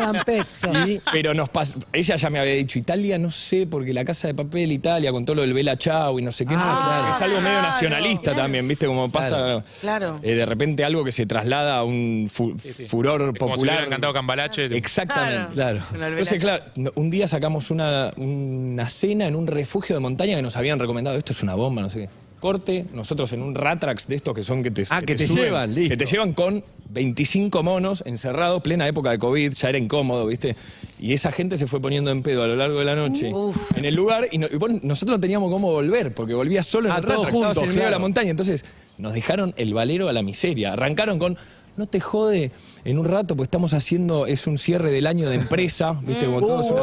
Speaker 7: d'Ampezzo.
Speaker 5: Es- pero nos pas- ella ya me había dicho Italia, no sé, porque la casa de papel Italia con todo lo del Bella Chao y no sé qué.
Speaker 3: Ah, claro.
Speaker 5: Es algo medio nacionalista también, ¿viste? Como pasa
Speaker 4: Claro.
Speaker 5: eh, de repente algo que se traslada a un fu- furor
Speaker 6: Es como si
Speaker 5: popular.
Speaker 6: hubieran cantado Cambalache.
Speaker 5: Exactamente.
Speaker 3: Claro.
Speaker 5: Entonces, claro, no- un día sacamos una, una cena en un refugio de montaña que nos habían recomendado, esto es una bomba, no sé qué. Corte, nosotros en un ratrax de estos que son que te,
Speaker 3: Ah, que te llevan, listo.
Speaker 5: Que te llevan con 25 monos encerrados, plena época de COVID, ya era incómodo, ¿viste? Y esa gente se fue poniendo en pedo a lo largo de la noche en el lugar y, no- y vos- nosotros no teníamos cómo volver porque volvías solo en
Speaker 3: Ah,
Speaker 5: el
Speaker 3: todos
Speaker 5: ratrax, estabas
Speaker 3: juntos,
Speaker 5: en el medio de la
Speaker 3: claro.
Speaker 5: montaña. Entonces nos dejaron el valero a la miseria. Arrancaron con, no te jode, en un rato, pues estamos haciendo, es un cierre del año de empresa, ¿viste? Como todos
Speaker 4: Oh.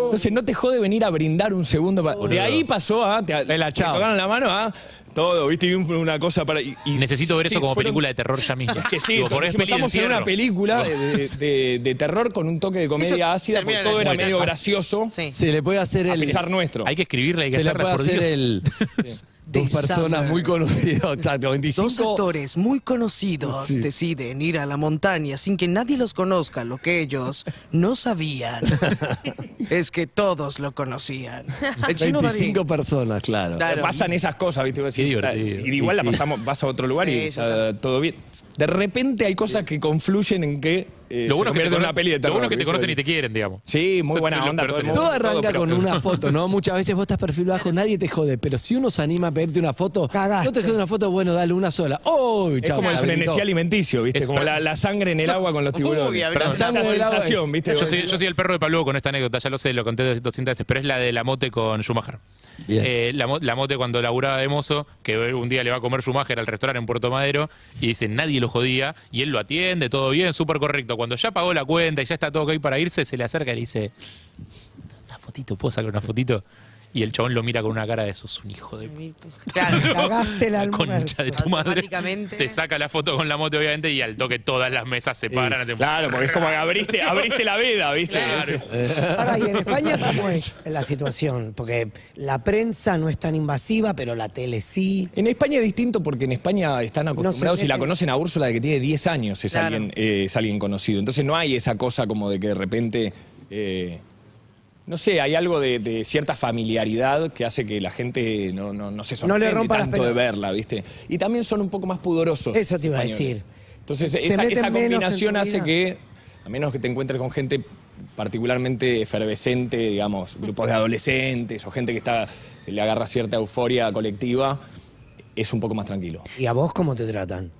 Speaker 5: una- Entonces no te jode venir a brindar un segundo. pa- De ahí pasó a, te,
Speaker 3: De la
Speaker 5: te
Speaker 3: chao.
Speaker 5: tocaron la mano a todo, ¿viste? Y un- una cosa para... Y, y-
Speaker 6: Necesito ver
Speaker 5: sí,
Speaker 6: eso como
Speaker 5: fueron-
Speaker 6: película de terror ya mismo.
Speaker 5: que sí,
Speaker 6: Digo,
Speaker 5: todos
Speaker 6: por ahí
Speaker 5: dijimos,
Speaker 6: es peli de
Speaker 5: estamos en una
Speaker 6: encierro.
Speaker 5: película de, de- de terror con un toque de comedia ácida, porque
Speaker 4: termina en
Speaker 5: todo
Speaker 4: el
Speaker 5: era
Speaker 4: final.
Speaker 5: medio gracioso,
Speaker 4: Sí.
Speaker 3: Se le puede hacer
Speaker 5: a
Speaker 3: el.
Speaker 5: pesar nuestro.
Speaker 6: Hay que escribirla, hay que
Speaker 3: se le
Speaker 6: hacerla,
Speaker 3: puede
Speaker 6: por
Speaker 3: hacer
Speaker 6: Dios.
Speaker 3: el. Dos
Speaker 4: The
Speaker 3: personas
Speaker 4: Summer.
Speaker 3: muy conocidas, exacto, 25.
Speaker 4: Dos actores muy conocidos deciden ir a la montaña sin que nadie los conozca, lo que ellos no sabían es que todos lo conocían. El chino Darín.
Speaker 3: 25 personas, claro.
Speaker 4: Claro.
Speaker 5: Pasan esas cosas, ¿viste? Vos decís,
Speaker 6: Qué divertido.
Speaker 5: "Ah", Y igual la
Speaker 3: Sí, sí.
Speaker 5: pasamos, vas a otro lugar
Speaker 4: Sí,
Speaker 5: y
Speaker 4: ya
Speaker 5: está todo bien. De repente hay cosas que confluyen en que eh,
Speaker 6: Lo bueno,
Speaker 5: se convierte
Speaker 6: es que te
Speaker 5: en
Speaker 6: cono-
Speaker 5: una peli de
Speaker 6: lo
Speaker 5: terror.
Speaker 6: bueno es que te
Speaker 5: ¿viste?
Speaker 6: conocen y te quieren, digamos.
Speaker 5: Sí, muy buena
Speaker 6: Los
Speaker 5: onda. Todo, el
Speaker 6: personajes.
Speaker 5: mundo,
Speaker 3: Todo arranca
Speaker 5: pero-
Speaker 3: con una foto, ¿no? Muchas veces vos estás perfil bajo, nadie te jode, pero si uno se anima a pedirte una foto,
Speaker 7: Cagaste.
Speaker 3: no te jode una foto, bueno, dale una sola. ¡Oh!
Speaker 5: Es como el frenesí alimenticio, ¿viste?
Speaker 6: Es
Speaker 5: como
Speaker 6: per-
Speaker 5: la, la sangre en el agua con los tiburones.
Speaker 4: Uy, abrió
Speaker 5: Pero
Speaker 4: la
Speaker 5: esa
Speaker 3: sangre en el agua es-
Speaker 5: sensación, ¿viste?
Speaker 6: Yo
Speaker 5: Vos
Speaker 6: soy,
Speaker 5: decís,
Speaker 6: yo soy el perro de Paludo con esta anécdota, ya lo sé, lo conté 200 veces, pero es la de la mote con Schumacher.
Speaker 3: Bien.
Speaker 6: Eh, la, mo- la mote cuando laburaba de mozo, que un día le va a comer Schumacher al restaurante en Puerto Madero, y dice, nadie lo jodía, y él lo atiende, todo bien, súper correcto. Cuando ya pagó la cuenta y ya está todo ok para irse, se le acerca y le dice, una fotito, ¿puedo sacar una fotito? Y el chabón lo mira con una cara de, sos un hijo de... p-".
Speaker 7: Cagaste el
Speaker 6: La concha
Speaker 7: almuerzo.
Speaker 6: de tu madre.
Speaker 4: Automáticamente.
Speaker 6: Se saca la foto con la mote, obviamente, y al toque todas las mesas se paran. hacen-
Speaker 5: Claro, porque es como que abriste, abriste la veda, ¿viste?
Speaker 6: Claro.
Speaker 7: Ahora, ¿y en España cómo es la situación? Porque la prensa no es tan invasiva, pero la tele sí.
Speaker 5: En España es distinto porque en España están acostumbrados y la
Speaker 7: meten.
Speaker 5: conocen a Úrsula de que tiene 10 años, es,
Speaker 4: Claro.
Speaker 5: alguien, eh, es alguien conocido. Entonces no hay esa cosa como de que de repente, eh, no sé, hay algo de, de cierta familiaridad que hace que la gente no, no, no se
Speaker 7: No le
Speaker 5: sorprende
Speaker 7: rompa las
Speaker 5: tanto de
Speaker 7: pelotas.
Speaker 5: verla, ¿viste? Y también son un poco más pudorosos.
Speaker 7: Eso te iba a
Speaker 5: españoles.
Speaker 7: decir.
Speaker 5: Entonces
Speaker 7: Se
Speaker 5: esa,
Speaker 7: meten
Speaker 5: esa
Speaker 7: menos en tu
Speaker 5: combinación hace
Speaker 7: vida.
Speaker 5: que, a menos que te encuentres con gente particularmente efervescente, digamos, grupos de adolescentes o gente que está que le agarra cierta euforia colectiva, es un poco más tranquilo,
Speaker 7: ¿Y a vos cómo te tratan?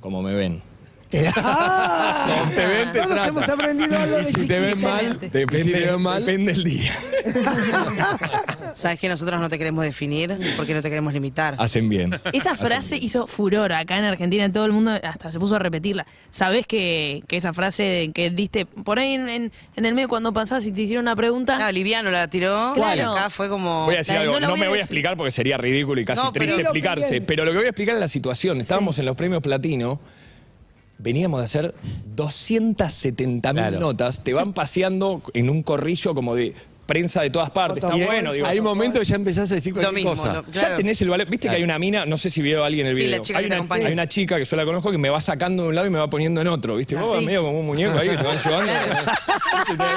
Speaker 5: como me ven.
Speaker 7: Te- ¡Ah!
Speaker 3: Te ven, te
Speaker 7: Todos
Speaker 3: tratan.
Speaker 7: hemos aprendido algo de
Speaker 3: Y si te ven
Speaker 7: chiquito.
Speaker 3: mal, y si te ven mal,
Speaker 5: depende el día.
Speaker 4: Sabes que nosotros no te queremos definir porque no te queremos limitar.
Speaker 5: Hacen bien.
Speaker 8: Esa frase hizo furor acá en Argentina, todo el mundo hasta se puso a repetirla. Sabés que, que esa frase de que diste por ahí en, en- en el medio cuando pasabas y te hicieron una pregunta.
Speaker 4: Claro, Ah, Liviano la tiró.
Speaker 8: ¿Cuál?
Speaker 4: Acá fue como.
Speaker 5: Voy a decir
Speaker 8: Dale,
Speaker 5: algo,
Speaker 8: no
Speaker 5: no,
Speaker 8: lo voy
Speaker 5: me
Speaker 8: a
Speaker 5: voy
Speaker 8: decir.
Speaker 5: a explicar porque sería ridículo y casi
Speaker 4: No, pero-
Speaker 5: triste
Speaker 4: Dilo,
Speaker 5: explicarse,
Speaker 7: piense.
Speaker 5: pero lo que voy a explicar es la situación. Estábamos en los premios Platino, veníamos de hacer 270 mil
Speaker 3: Claro.
Speaker 5: notas, te van paseando en un corrillo como de prensa de todas partes. Está
Speaker 3: Y hay-
Speaker 5: bueno, digo.
Speaker 3: hay momentos que ya empezás a decir
Speaker 4: Lo
Speaker 3: cualquier
Speaker 4: mismo.
Speaker 3: cosa.
Speaker 4: lo-
Speaker 5: Ya
Speaker 4: claro.
Speaker 5: tenés el valor. Viste que hay una mina, no sé si vio alguien el
Speaker 4: Sí, la
Speaker 5: video.
Speaker 4: chica
Speaker 5: hay,
Speaker 4: que te
Speaker 5: una,
Speaker 4: acompaña.
Speaker 5: hay una chica que yo la conozco que me va sacando de un lado y me va poniendo en otro.
Speaker 4: Ah,
Speaker 5: Viste, vos vas medio como un muñeco ahí que te van llevando.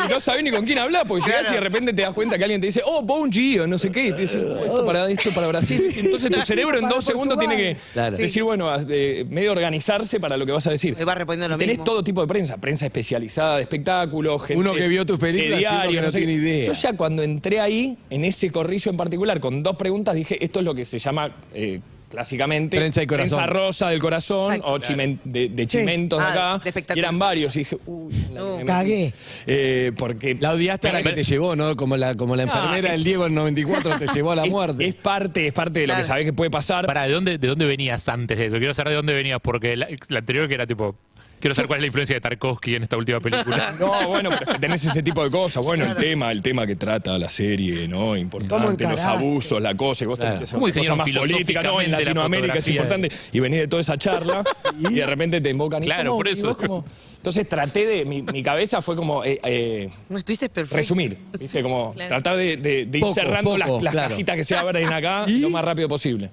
Speaker 5: Y no sabés ni con quién hablar, porque llegás y de repente te das cuenta que alguien te dice, oh, bon Gio, no sé qué. Y te dices, "Oh, esto para, esto para Brasil. Entonces tu cerebro en
Speaker 7: Para
Speaker 5: dos segundos
Speaker 7: Portugal.
Speaker 5: tiene que
Speaker 3: Claro.
Speaker 5: decir, bueno, a- eh, medio organizarse para lo que vas a decir.
Speaker 4: Y vas respondiendo lo
Speaker 5: Tenés
Speaker 4: mismo.
Speaker 5: todo tipo de prensa, prensa especializada de espectáculos, gente.
Speaker 3: Uno que vio tus películas
Speaker 5: de
Speaker 3: y uno que
Speaker 5: diario,
Speaker 3: no
Speaker 5: sé
Speaker 3: tiene
Speaker 5: qué.
Speaker 3: idea.
Speaker 5: Yo ya cuando entré ahí, en ese corrillo en particular, con dos preguntas, dije, esto es lo que se llama eh, clásicamente
Speaker 3: Prensa del corazón.
Speaker 5: prensa rosa del corazón
Speaker 8: Exacto.
Speaker 5: o chimen- de, de chimentos
Speaker 4: Ah,
Speaker 5: de acá.
Speaker 4: de espectáculo.
Speaker 5: y eran varios. Y dije, uy, la que me metí.
Speaker 7: Cagué.
Speaker 5: Eh, porque
Speaker 3: La odiaste a la que
Speaker 5: Pero-
Speaker 3: te llevó, ¿no? Como la, como la
Speaker 5: No,
Speaker 3: enfermera
Speaker 5: es-
Speaker 3: del Diego en 94 te llevó a la
Speaker 5: es-
Speaker 3: muerte.
Speaker 5: Es, parte, es parte de lo
Speaker 4: Claro.
Speaker 5: que sabés que puede pasar.
Speaker 6: Pará, ¿de dónde, ¿de dónde venías antes de eso? Quiero saber de dónde venías, porque la, la anterior que era tipo. Quiero saber cuál es la influencia de Tarkovsky en esta última película.
Speaker 5: No, bueno, pero es que tenés ese tipo de cosas. Bueno, el tema, el tema que trata la serie, ¿no?
Speaker 7: ¿Cómo
Speaker 5: Importante, los
Speaker 7: encaraste?
Speaker 5: abusos, la cosa, y vos te metes en
Speaker 6: ¿Cómo
Speaker 5: una cosa
Speaker 6: diseñaron
Speaker 5: más política, ¿no? En
Speaker 6: filosóficamente la
Speaker 5: Latinoamérica es
Speaker 6: fotografía?
Speaker 5: importante. Y venís de toda esa charla y de repente te invocan. ¿y
Speaker 6: Claro,
Speaker 5: cómo?
Speaker 6: por
Speaker 5: Y
Speaker 6: eso.
Speaker 5: vos como- Entonces traté de, mi, mi cabeza fue como eh, eh,
Speaker 4: No estuviste perfecto.
Speaker 5: resumir, ¿viste? Como
Speaker 8: claro.
Speaker 5: tratar de, de- de ir
Speaker 3: Poco,
Speaker 5: cerrando las,
Speaker 3: poco,
Speaker 5: las
Speaker 3: claro.
Speaker 5: cajitas que se abren acá
Speaker 3: ¿Y?
Speaker 5: lo más rápido posible.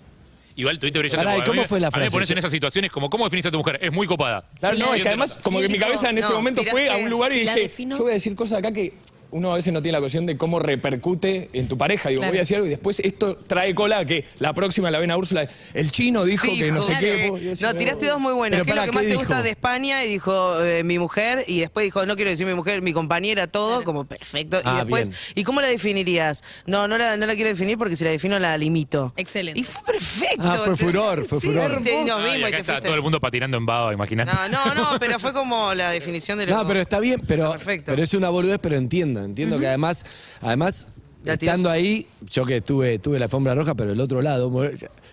Speaker 6: Igual tuviste brillante.
Speaker 3: Pará, ¿y
Speaker 6: porque a mí
Speaker 3: cómo
Speaker 6: me-
Speaker 3: fue la
Speaker 6: a mí me
Speaker 3: frase?
Speaker 6: pones en esas situaciones como, ¿cómo definís a tu mujer? Es muy copada.
Speaker 5: Claro,
Speaker 8: Sí,
Speaker 5: no,
Speaker 8: la-
Speaker 5: es que además, como
Speaker 8: sí,
Speaker 5: que mi
Speaker 8: dijo,
Speaker 5: cabeza en ese
Speaker 4: no,
Speaker 5: momento fue a
Speaker 4: tiraste-
Speaker 5: un lugar y
Speaker 8: si la
Speaker 5: dije,
Speaker 8: defino-
Speaker 5: yo voy a decir cosas acá que uno a veces no tiene la cuestión de cómo repercute en tu pareja. Digo,
Speaker 8: Claro.
Speaker 5: voy a decir algo y después esto trae cola que la próxima la ven a Úrsula. El chino dijo, que no sé
Speaker 8: Dijo,
Speaker 5: qué.
Speaker 8: claro.
Speaker 5: vos, y decís,
Speaker 4: No, tiraste dos muy buenos.
Speaker 3: Pero
Speaker 4: ¿Qué es lo
Speaker 3: pará,
Speaker 4: que más
Speaker 3: ¿qué
Speaker 4: te
Speaker 3: dijo?
Speaker 4: gusta de España? Y dijo eh, mi mujer. Y después dijo, no quiero decir mi mujer, mi compañera, todo. Como perfecto.
Speaker 3: Ah,
Speaker 4: y después,
Speaker 3: bien.
Speaker 4: ¿y cómo la definirías? No, no la, no la quiero definir porque si la defino la limito.
Speaker 8: Excelente.
Speaker 4: Y fue perfecto.
Speaker 3: Ah, fue furor, fue
Speaker 4: Sí,
Speaker 3: furor.
Speaker 4: te- nos
Speaker 6: Ah,
Speaker 4: vimos
Speaker 6: y
Speaker 4: y
Speaker 6: acá
Speaker 4: te
Speaker 6: está
Speaker 4: fuiste.
Speaker 6: todo el mundo patinando en baba, imagínate.
Speaker 4: No, no, no, pero fue como la definición de lo
Speaker 3: No, pero está bien, pero,
Speaker 4: Perfecto.
Speaker 3: pero es una boludez, pero entiendo, entiendo que además, además,
Speaker 4: La
Speaker 3: estando
Speaker 4: tirás.
Speaker 3: ahí, yo que tuve, tuve la alfombra roja, pero el otro lado, mo-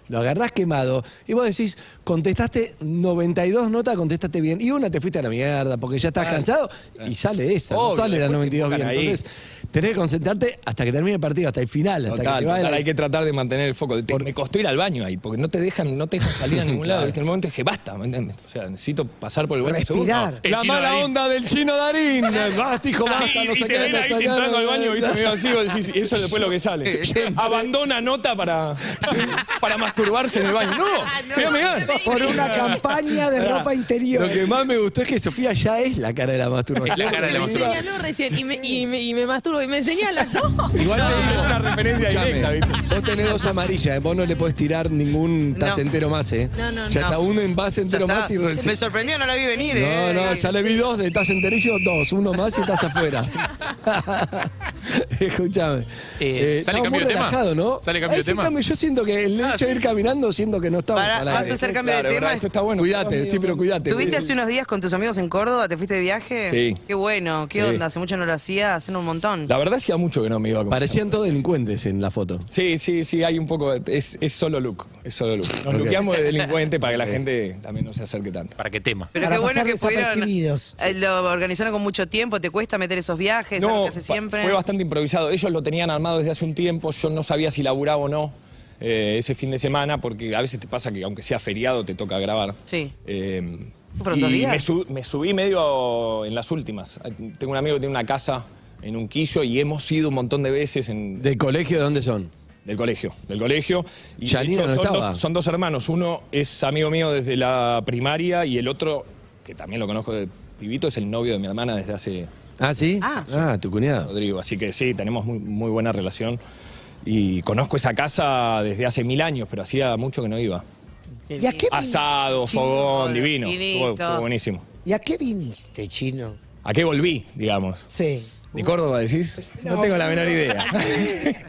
Speaker 3: lo agarrás quemado y vos decís, contestaste 92 notas, contestaste bien, y una te fuiste a la mierda porque ya estás cansado y sale esa, no
Speaker 5: Eh, Obvio,
Speaker 3: sale la
Speaker 5: después te
Speaker 3: 92 bien.
Speaker 5: enfocan ahí.
Speaker 3: Entonces, tenés que concentrarte hasta que termine el partido, hasta el final, hasta
Speaker 5: Total,
Speaker 3: que te vaya
Speaker 5: total,
Speaker 3: la-
Speaker 5: hay que tratar de mantener el foco. Te- me costó ir al baño ahí, porque no te dejan, no te dejan salir a ningún lado. ¿viste? En el momento dije, basta, ¿me entiendes? O sea, necesito pasar por el baño un segundo.
Speaker 7: Respirar.
Speaker 6: El
Speaker 3: La
Speaker 6: chino
Speaker 3: mala
Speaker 6: Darín.
Speaker 3: onda del chino Darín. Basta, hijo, basta,
Speaker 5: Sí,
Speaker 3: no
Speaker 5: y
Speaker 3: sé
Speaker 5: te
Speaker 3: qué,
Speaker 5: ven
Speaker 3: no
Speaker 5: ahí
Speaker 3: sé qué,
Speaker 5: entrando
Speaker 3: no
Speaker 5: al
Speaker 3: sé
Speaker 5: baño,
Speaker 3: qué.
Speaker 5: viste, medio así, vos decís, eso es después lo que sale. Abandona nota para, para masturbarse en el baño.
Speaker 4: Ah,
Speaker 5: No, fíjame ah, bien.
Speaker 7: Por una campaña de ropa interior.
Speaker 3: Lo que más me gustó es que Sofía ya es la cara de la masturbación.
Speaker 6: La cara de la
Speaker 8: Me
Speaker 6: masturbación.
Speaker 8: señaló recién y me, y, me, y me masturbo y me señala, no.
Speaker 3: Igual te digo-
Speaker 5: Es una referencia
Speaker 3: Escuchame,
Speaker 5: directa, ¿viste?
Speaker 3: Vos tenés dos amarillas, eh, vos no le podés tirar ningún
Speaker 4: No.
Speaker 3: tase entero más, ¿eh?
Speaker 8: No, no,
Speaker 3: ya
Speaker 4: no.
Speaker 3: está un envase
Speaker 4: Ya
Speaker 3: entero
Speaker 4: está.
Speaker 3: más y reci-
Speaker 4: Me sorprendió, no la vi venir,
Speaker 3: No,
Speaker 4: ¿eh?
Speaker 3: no, ya le vi dos de tase enterísimo, dos, uno más y estás afuera. Escuchame.
Speaker 6: Eh, ¿sale
Speaker 3: estaba
Speaker 6: cambio
Speaker 3: muy
Speaker 6: de tema?
Speaker 3: relajado, ¿no?
Speaker 6: ¿Sale cambio
Speaker 3: Ahí
Speaker 6: de
Speaker 3: sí,
Speaker 6: tema? Ah,
Speaker 3: cambio, Yo siento que el hecho de ir caminando, siento que no estamos
Speaker 4: Pará,
Speaker 3: al aire.
Speaker 4: ¿vas a hacer cambio
Speaker 5: Claro,
Speaker 4: de tema?
Speaker 5: verdad, esto está bueno.
Speaker 3: Cuídate, sí, pero cuídate. Eh,
Speaker 4: ¿Tuviste hace unos días con tus amigos en Córdoba? ¿Te fuiste de viaje?
Speaker 5: Sí.
Speaker 4: Qué bueno, qué
Speaker 5: Sí.
Speaker 4: onda, hace mucho no lo hacía, hacen un montón.
Speaker 5: La verdad es que hacía mucho que no me iba a comer.
Speaker 3: Parecían todos delincuentes en la foto.
Speaker 5: Sí, sí, sí, hay un poco. de- Es, es solo look. Es solo look. Nos lookeamos de delincuente para que la gente también no se acerque tanto.
Speaker 6: ¿Para qué tema?
Speaker 4: Pero
Speaker 7: Para
Speaker 4: qué bueno
Speaker 7: pasar
Speaker 4: que pudieron.
Speaker 7: desapercibidos.
Speaker 4: eh, Lo organizaron con mucho tiempo, ¿te cuesta meter esos viajes? algo que hace
Speaker 5: fa-
Speaker 4: siempre.
Speaker 5: fue bastante improvisado. Ellos lo tenían armado desde hace un tiempo. Yo no sabía si laburaba o no eh, ese fin de semana, porque a veces te pasa que aunque sea feriado te toca grabar.
Speaker 4: Sí.
Speaker 5: Eh,
Speaker 4: Fueron
Speaker 5: y
Speaker 4: dos días.
Speaker 5: me, su- me subí medio en las últimas. Tengo un amigo que tiene una casa en un quillo y hemos ido un montón de veces en,
Speaker 3: ¿De colegio de dónde son?
Speaker 5: del colegio, del colegio. Y de
Speaker 3: Yanino
Speaker 5: hecho,
Speaker 3: no
Speaker 5: son,
Speaker 3: estaba.
Speaker 5: dos, son dos hermanos. Uno es amigo mío desde la primaria y el otro, que también lo conozco de pibito, es el novio de mi hermana desde hace
Speaker 3: Ah, sí.
Speaker 4: Ah.
Speaker 3: tu cuñado.
Speaker 5: Rodrigo. Así que sí, tenemos muy, muy buena relación. Y conozco esa casa desde hace mil años, pero hacía mucho que no iba.
Speaker 7: ¿Y a qué, vin-
Speaker 5: Asado,
Speaker 7: Chino,
Speaker 5: fogón, divino.
Speaker 4: vinito.
Speaker 5: Estuvo, estuvo buenísimo.
Speaker 7: ¿Y a qué viniste, chino?
Speaker 5: ¿A qué volví, digamos?
Speaker 7: Sí.
Speaker 5: ¿De Córdoba decís? No, tengo la menor idea.
Speaker 7: ¿Qué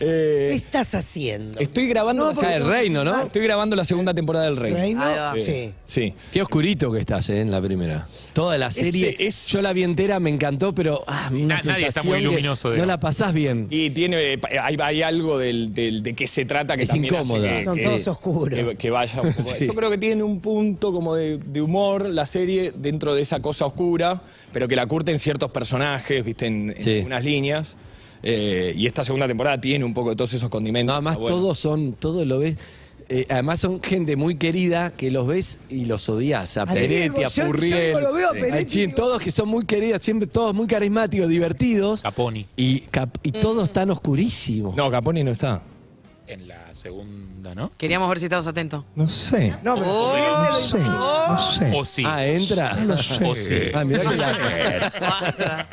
Speaker 5: Eh,
Speaker 7: estás haciendo?
Speaker 5: estoy grabando.
Speaker 7: No,
Speaker 5: la-
Speaker 7: porque-
Speaker 3: El reino, ¿no?
Speaker 5: Estoy grabando la segunda temporada del Rey.
Speaker 7: ¿Reino?
Speaker 4: Ahí va.
Speaker 7: Sí.
Speaker 5: Sí.
Speaker 3: Qué oscurito que estás eh, en la primera. Toda la serie.
Speaker 5: Ese es-
Speaker 3: Yo la vi entera, me encantó, pero ah, una
Speaker 6: Na- nadie está
Speaker 3: sensación
Speaker 6: muy
Speaker 3: que
Speaker 6: luminoso,
Speaker 3: No
Speaker 6: digamos.
Speaker 3: la pasás bien.
Speaker 5: Y tiene, eh, pa- hay, hay algo del, del- de qué se trata que
Speaker 3: Es
Speaker 5: también hace
Speaker 3: incómoda.
Speaker 5: que-
Speaker 7: Son
Speaker 5: que-
Speaker 7: todos oscuros.
Speaker 5: Que, que vaya un poco-
Speaker 3: Sí.
Speaker 5: Yo creo que tiene un punto como de, de humor la serie dentro de esa cosa oscura, pero que la curten ciertos personajes, viste, en, en
Speaker 3: Sí.
Speaker 5: algunas líneas. Eh, y esta segunda temporada tiene un poco de todos esos condimentos.
Speaker 3: Nada más
Speaker 5: Está bueno.
Speaker 3: todos son, todos lo ves. eh, además son gente muy querida que los ves y los odias. A
Speaker 7: A
Speaker 3: Peretti,
Speaker 7: Diego,
Speaker 3: a
Speaker 7: yo- yo
Speaker 3: Purriel.
Speaker 7: no lo veo a
Speaker 3: Sí.
Speaker 7: Peretti,
Speaker 3: Al Chin,
Speaker 7: digo.
Speaker 3: todos que son muy queridos, siempre todos muy carismáticos, divertidos.
Speaker 6: Caponi.
Speaker 3: Y, cap- y todos tan oscurísimos.
Speaker 5: No, Capone no está.
Speaker 6: En la segunda, ¿no?
Speaker 4: Queríamos ver si estabas atentos.
Speaker 5: No sé.
Speaker 7: No, pero
Speaker 4: Oh,
Speaker 5: No sé.
Speaker 6: O sí.
Speaker 3: Ah, entra.
Speaker 6: O sí.
Speaker 3: Ah, mirá que la-
Speaker 4: guarda.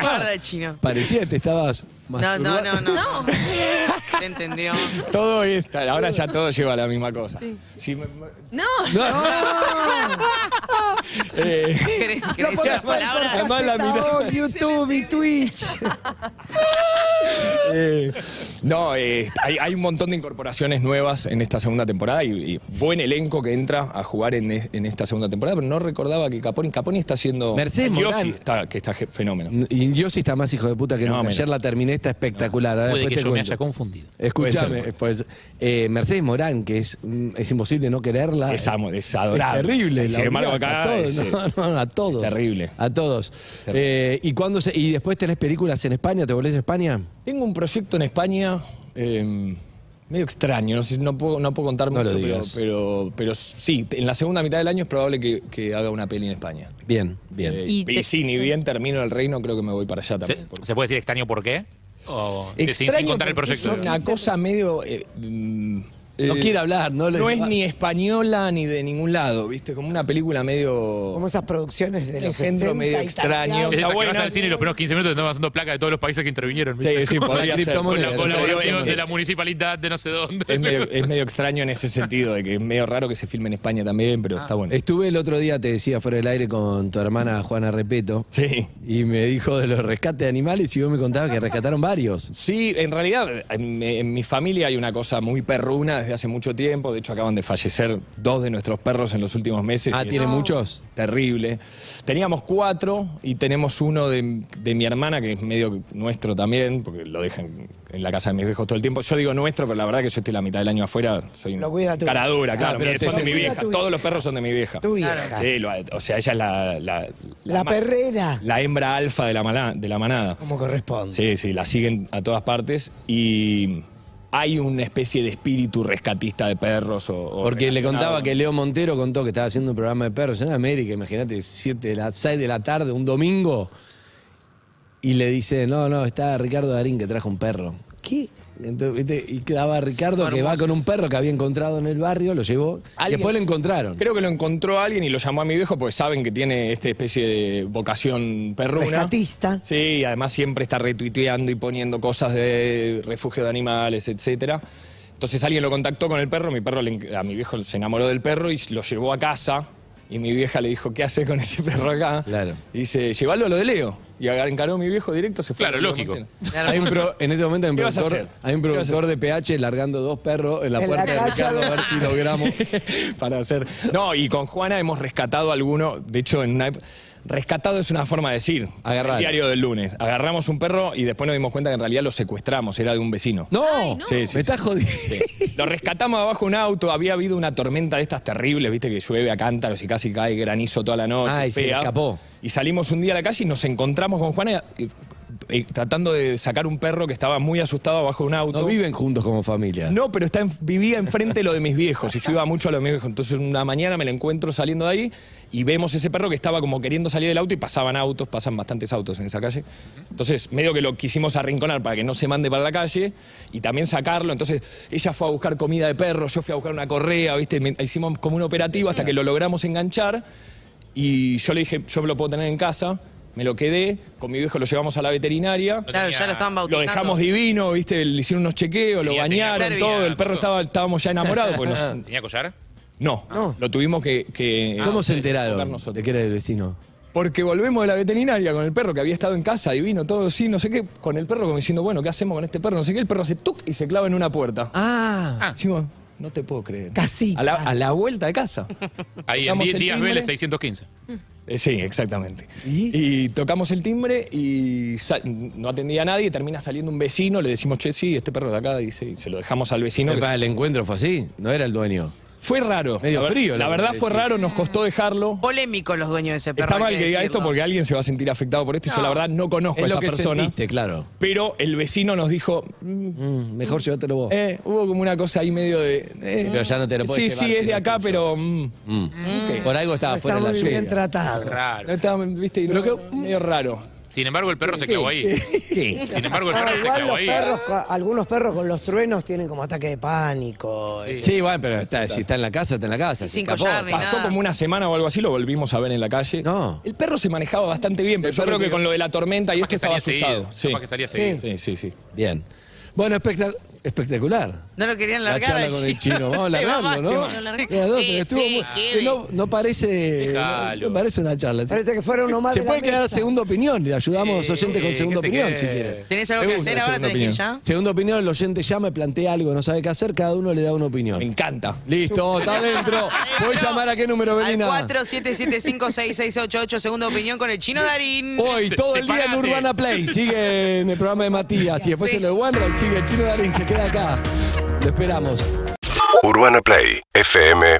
Speaker 4: Guarda, chino.
Speaker 3: Parecía que te estabas.
Speaker 4: No, no,
Speaker 3: masturbando.
Speaker 4: no, no. Se entendió.
Speaker 5: Todo está, ahora ya todo lleva a la misma cosa. Sí, me- me-
Speaker 8: No,
Speaker 5: eh,
Speaker 4: ¿Querés, querés decir
Speaker 7: podés
Speaker 4: las palabras?
Speaker 7: poner
Speaker 5: Además, la
Speaker 7: Zeta
Speaker 5: mirada.
Speaker 7: On, YouTube y Twitch.
Speaker 5: Eh, no, eh, hay, hay un montón de incorporaciones nuevas en esta segunda temporada y, y buen elenco que entra a jugar en, es- en esta segunda temporada, pero no recordaba que Caponi, Caponi está haciendo...
Speaker 3: Mercedes
Speaker 5: Yossi
Speaker 3: Morán.
Speaker 5: está, que está je- fenómeno.
Speaker 3: Y yo sí está más hijo de puta que
Speaker 5: No,
Speaker 3: nunca.
Speaker 5: menos.
Speaker 3: Ayer la terminé, está espectacular. Ahora
Speaker 6: Puede
Speaker 3: después
Speaker 6: que
Speaker 3: te
Speaker 6: yo me
Speaker 3: cuento.
Speaker 6: haya confundido.
Speaker 3: Escúchame,
Speaker 5: Puede
Speaker 3: pues
Speaker 5: ser.
Speaker 3: eh, Mercedes Morán, que es, mm, es imposible no quererla.
Speaker 5: Es amo- es adorable.
Speaker 3: Ah, Es terrible.
Speaker 5: Sin
Speaker 3: la
Speaker 5: embargo,
Speaker 3: odias
Speaker 5: acá
Speaker 3: A todos,
Speaker 5: eh, es,
Speaker 3: no, no, a todos.
Speaker 5: terrible.
Speaker 3: A todos.
Speaker 5: Terrible.
Speaker 3: Eh, ¿y, cuándo se- ¿Y después tenés películas en España? ¿Te volvés a España?
Speaker 5: Tengo un proyecto en España eh, medio extraño, no, sé, no puedo, no puedo contar
Speaker 3: No
Speaker 5: mucho,
Speaker 3: lo
Speaker 5: pero,
Speaker 3: digas.
Speaker 5: pero, pero sí, en la segunda mitad del año es probable que, que haga una peli en España.
Speaker 3: Bien, bien.
Speaker 5: Eh,
Speaker 8: Y
Speaker 5: y,
Speaker 8: te-
Speaker 5: sí, ni bien termino el reino, creo que me voy para allá también.
Speaker 6: ¿Se,
Speaker 5: porque-
Speaker 6: se puede decir extraño por qué? O, sin- sin,
Speaker 5: Extraño
Speaker 6: contar el
Speaker 5: porque
Speaker 6: proyecto.
Speaker 5: Es una cosa medio. eh, mm,
Speaker 3: no
Speaker 5: eh,
Speaker 3: quiere hablar, no, le-
Speaker 5: No es ni española ni de ningún lado, ¿viste? Como una película
Speaker 7: Como
Speaker 5: medio.
Speaker 7: esas producciones de los
Speaker 5: género
Speaker 7: 60
Speaker 5: medio extraño.
Speaker 6: Es
Speaker 7: italianos.
Speaker 5: Está
Speaker 6: esa que vas
Speaker 5: buena.
Speaker 6: al cine y los primeros 15 minutos estamos haciendo placas de todos los países que intervinieron. ¿viste?
Speaker 5: Sí, sí, podría ser.
Speaker 6: Con la
Speaker 3: monedas,
Speaker 6: colaboración de la municipalidad de no sé dónde.
Speaker 5: Es medio, es medio extraño en ese sentido, de que es medio raro que se filme en España también,
Speaker 6: Ah.
Speaker 5: pero está bueno.
Speaker 3: Estuve el otro día, te decía, fuera del aire con tu hermana Juana Repeto.
Speaker 5: Sí.
Speaker 3: Y me dijo de los rescates de animales y yo me contaba que rescataron varios.
Speaker 5: Sí, en realidad en, en mi familia hay una cosa muy perruna desde hace mucho tiempo. De hecho, acaban de fallecer dos de nuestros perros en los últimos meses.
Speaker 3: Ah,
Speaker 5: y
Speaker 3: ¿tiene
Speaker 5: es
Speaker 3: muchos?
Speaker 5: Terrible. Teníamos cuatro y tenemos uno de, de mi hermana, que es medio nuestro también, porque lo dejan en la casa de mis viejos todo el tiempo. Yo digo nuestro, pero la verdad que yo estoy la mitad del año afuera. Soy
Speaker 7: Lo cuida tu-
Speaker 5: cara dura,
Speaker 7: Ah,
Speaker 5: claro.
Speaker 3: pero
Speaker 5: mi-
Speaker 3: te
Speaker 5: son de
Speaker 3: sentí-
Speaker 5: mi
Speaker 7: cuida
Speaker 5: vieja.
Speaker 7: tu-
Speaker 5: Todos los perros son de mi vieja.
Speaker 7: Tu vieja.
Speaker 5: Sí, lo- o sea, ella es la... La,
Speaker 7: La
Speaker 5: ma-
Speaker 7: perrera.
Speaker 5: La hembra alfa de la, mala- de la manada.
Speaker 7: Como corresponde.
Speaker 5: Sí, sí, la siguen a todas partes y hay una especie de espíritu rescatista de perros o... o
Speaker 3: Porque le
Speaker 5: relacionado.
Speaker 3: contaba que Leo Montero contó que estaba haciendo un programa de perros en América, imagínate, 7 de la 6 de la tarde, un domingo, y le dice, no, no, está Ricardo Darín que trajo un perro. ¿Qué? Entonces, ¿viste? Y quedaba Ricardo que va con un perro que había encontrado en el barrio, lo llevó.
Speaker 5: Alguien-
Speaker 3: Después lo encontraron.
Speaker 5: Creo que lo encontró alguien y lo llamó a mi viejo porque saben que tiene esta especie de vocación perruna.
Speaker 7: Rescatista.
Speaker 5: Sí, y además siempre está retuiteando y poniendo cosas de refugio de animales, etcétera. Entonces alguien lo contactó con el perro, mi perro le enc- a mi viejo se enamoró del perro y lo llevó a casa. Y mi vieja le dijo, ¿qué haces con ese perro acá?
Speaker 3: Claro.
Speaker 5: Y dice, llévalo a lo de Leo. Y aga- encaró a mi viejo directo, se fue.
Speaker 6: Claro,
Speaker 5: a lo de
Speaker 6: lógico.
Speaker 5: Martín.
Speaker 3: Hay un pro- en este momento hay un
Speaker 5: ¿Qué vas a
Speaker 3: productor,
Speaker 5: hacer?
Speaker 3: hay un
Speaker 5: ¿Qué vas a
Speaker 3: productor de PH largando dos perros en la
Speaker 7: En la
Speaker 3: puerta de
Speaker 7: calle.
Speaker 3: Ricardo a ver si logramos.
Speaker 5: para hacer. No, y con Juana hemos rescatado alguno, de hecho, en una ep- Rescatado es una forma de decir.
Speaker 3: Agarrar.
Speaker 5: El diario del lunes. Agarramos un perro y después nos dimos cuenta que en realidad lo secuestramos, era de un vecino.
Speaker 3: ¡No!
Speaker 8: no.
Speaker 5: Sí, sí,
Speaker 3: me estás jodiendo.
Speaker 5: Sí. Lo rescatamos abajo de un auto, había habido una tormenta de estas terribles, viste que llueve a cántaros y casi cae granizo toda la noche.
Speaker 3: Ah, y se le
Speaker 5: fea.
Speaker 3: escapó.
Speaker 5: Y salimos un día a la calle y nos encontramos con Juana eh, eh, tratando de sacar un perro que estaba muy asustado abajo de un auto.
Speaker 3: No viven juntos como familia.
Speaker 5: No, pero está en- vivía enfrente de lo de mis viejos y yo iba mucho a lo de mis viejos. Entonces una mañana me lo encuentro saliendo de ahí y vemos ese perro que estaba como queriendo salir del auto y pasaban autos, pasan bastantes autos en esa calle. Entonces medio que lo quisimos arrinconar para que no se mande para la calle y también sacarlo. Entonces ella fue a buscar comida de perro, yo fui a buscar una correa, ¿viste? Me- Hicimos como un operativo hasta que lo logramos enganchar y yo le dije, yo lo puedo tener en casa. Me lo quedé, con mi viejo lo llevamos a la veterinaria.
Speaker 4: Claro, ya lo estaban
Speaker 5: Lo
Speaker 4: bautizando.
Speaker 5: dejamos divino, viste, le hicieron unos chequeos, lo
Speaker 6: Tenía- tenía
Speaker 5: bañaron,
Speaker 6: servicio.
Speaker 5: todo, el perro
Speaker 6: Pasó.
Speaker 5: estaba, estábamos ya enamorados. pues nos-
Speaker 6: ¿Tenía collar?
Speaker 5: no, lo tuvimos que... que-
Speaker 3: Eh, ¿Cómo se
Speaker 5: que tocar
Speaker 3: enteraron
Speaker 5: nosotros.
Speaker 3: de que era el vecino?
Speaker 5: Porque volvemos de la veterinaria con el perro que había estado en casa, divino, todo sí, no sé qué, con el perro como diciendo, bueno, ¿qué hacemos con este perro? No sé qué, el perro hace tuc y se clava en una puerta.
Speaker 7: Ah,
Speaker 5: Decimos, no te puedo creer.
Speaker 7: Casita.
Speaker 5: A la, a la vuelta de casa.
Speaker 6: Ahí en
Speaker 5: Tocamos
Speaker 6: Díaz
Speaker 5: el
Speaker 6: Díaz
Speaker 5: timbre.
Speaker 6: Vélez 615.
Speaker 5: Eh, sí, exactamente.
Speaker 3: ¿Y?
Speaker 5: ¿Y? tocamos el timbre y sa- no atendía a nadie, termina saliendo un vecino, le decimos, che, sí, este perro de acá, dice, y se lo dejamos al vecino. que
Speaker 3: Epa,
Speaker 5: se-
Speaker 3: el encuentro fue así, no era el dueño.
Speaker 5: Fue raro.
Speaker 3: Medio
Speaker 5: la ver-
Speaker 3: frío,
Speaker 5: La
Speaker 3: lo
Speaker 5: verdad
Speaker 3: que
Speaker 5: fue
Speaker 3: decís.
Speaker 5: raro, nos costó dejarlo.
Speaker 4: Polémico los dueños de ese perro.
Speaker 5: Está
Speaker 4: hay
Speaker 5: mal que diga
Speaker 4: decirlo.
Speaker 5: esto porque alguien se va a sentir afectado por esto y yo
Speaker 4: No.
Speaker 5: la verdad no conozco
Speaker 3: es
Speaker 5: a
Speaker 3: lo
Speaker 5: esta
Speaker 3: que
Speaker 5: persona.
Speaker 3: sentiste, claro.
Speaker 5: Pero el vecino nos dijo, "Mm,
Speaker 3: Mm, mejor llévatelo vos.
Speaker 5: eh, hubo como una cosa ahí medio de... eh,
Speaker 3: Sí, pero ya no te lo
Speaker 5: Sí,
Speaker 3: puedes
Speaker 5: sí,
Speaker 3: llevar,
Speaker 5: es
Speaker 3: si
Speaker 5: de
Speaker 3: no es
Speaker 5: acá,
Speaker 3: tuyo".
Speaker 5: pero... mm,
Speaker 3: Mm.
Speaker 5: ok.
Speaker 3: Por algo estaba
Speaker 7: está
Speaker 3: fuera de la
Speaker 7: muy bien
Speaker 3: lluvia.
Speaker 7: tratado.
Speaker 5: No
Speaker 6: Raro.
Speaker 5: estaba, viste,
Speaker 3: Pero
Speaker 5: no,
Speaker 3: que-
Speaker 5: medio raro.
Speaker 6: Sin embargo, el
Speaker 5: eh,
Speaker 6: perro se clavó ahí.
Speaker 5: ¿Qué?
Speaker 6: Sin embargo, el
Speaker 7: Ah,
Speaker 6: perro se
Speaker 7: igual
Speaker 6: clavó
Speaker 7: los
Speaker 6: ahí. ¿eh?
Speaker 7: perros, co- algunos perros con los truenos tienen como ataque de pánico. eh,
Speaker 3: Sí, bueno, pero está- si está en la casa, está en la casa.
Speaker 4: Y
Speaker 3: se
Speaker 4: sin
Speaker 3: escapó.
Speaker 4: collar ni
Speaker 5: Pasó
Speaker 4: nada.
Speaker 5: como una semana o algo así, lo volvimos a ver en la calle.
Speaker 3: No.
Speaker 5: El perro se manejaba bastante bien, pero yo creo que con lo de la tormenta y
Speaker 6: Capaz
Speaker 5: esto
Speaker 6: que
Speaker 5: estaba
Speaker 6: salía
Speaker 5: asustado.
Speaker 6: seguido.
Speaker 5: Sí.
Speaker 6: Capaz que salía seguido.
Speaker 5: Sí, sí, sí.
Speaker 3: Bien. Bueno, espectac- espectacular.
Speaker 4: No lo querían
Speaker 3: La
Speaker 4: largar
Speaker 3: charla
Speaker 4: al
Speaker 3: con el
Speaker 4: chino.
Speaker 3: chino. Vamos a
Speaker 4: Se va
Speaker 3: largarlo, ¿no?
Speaker 4: Máximo.
Speaker 3: Las dos, pero
Speaker 4: Sí,
Speaker 3: estuvo
Speaker 4: sí,
Speaker 3: muy-
Speaker 4: quede.
Speaker 3: no, no parece. no-
Speaker 6: Dejalo.
Speaker 3: No parece una charla.
Speaker 7: Parece que fueron uno más
Speaker 3: Se
Speaker 7: de la
Speaker 3: puede quedar
Speaker 7: mesa.
Speaker 3: segunda opinión. Le ayudamos
Speaker 6: Eh,
Speaker 3: oyente con
Speaker 6: que
Speaker 3: segunda
Speaker 6: se
Speaker 3: opinión,
Speaker 6: quede.
Speaker 3: si quiere.
Speaker 4: ¿Tenés algo que
Speaker 3: Me gusta
Speaker 4: hacer
Speaker 3: la
Speaker 4: ahora?
Speaker 3: segunda
Speaker 4: ¿Tenés que ir
Speaker 3: opinión.
Speaker 4: ya?
Speaker 3: Segunda opinión, el oyente llama, plantea algo, no sabe qué hacer, cada uno le da una
Speaker 5: Me
Speaker 3: opinión.
Speaker 5: encanta.
Speaker 3: Listo, está adentro. ¿Puedes llamar a qué número,
Speaker 4: Al
Speaker 3: Belina?
Speaker 4: 47756688, segunda opinión con el chino Darín.
Speaker 3: Hoy,
Speaker 6: Se-
Speaker 3: todo el día en
Speaker 6: separate.
Speaker 3: Urbana Play. Sigue en el programa de Matías. Y después
Speaker 4: Sí.
Speaker 3: en el One Ride sigue Chino Darín. Se queda acá. Lo esperamos.
Speaker 1: UrbanaPlayFM.com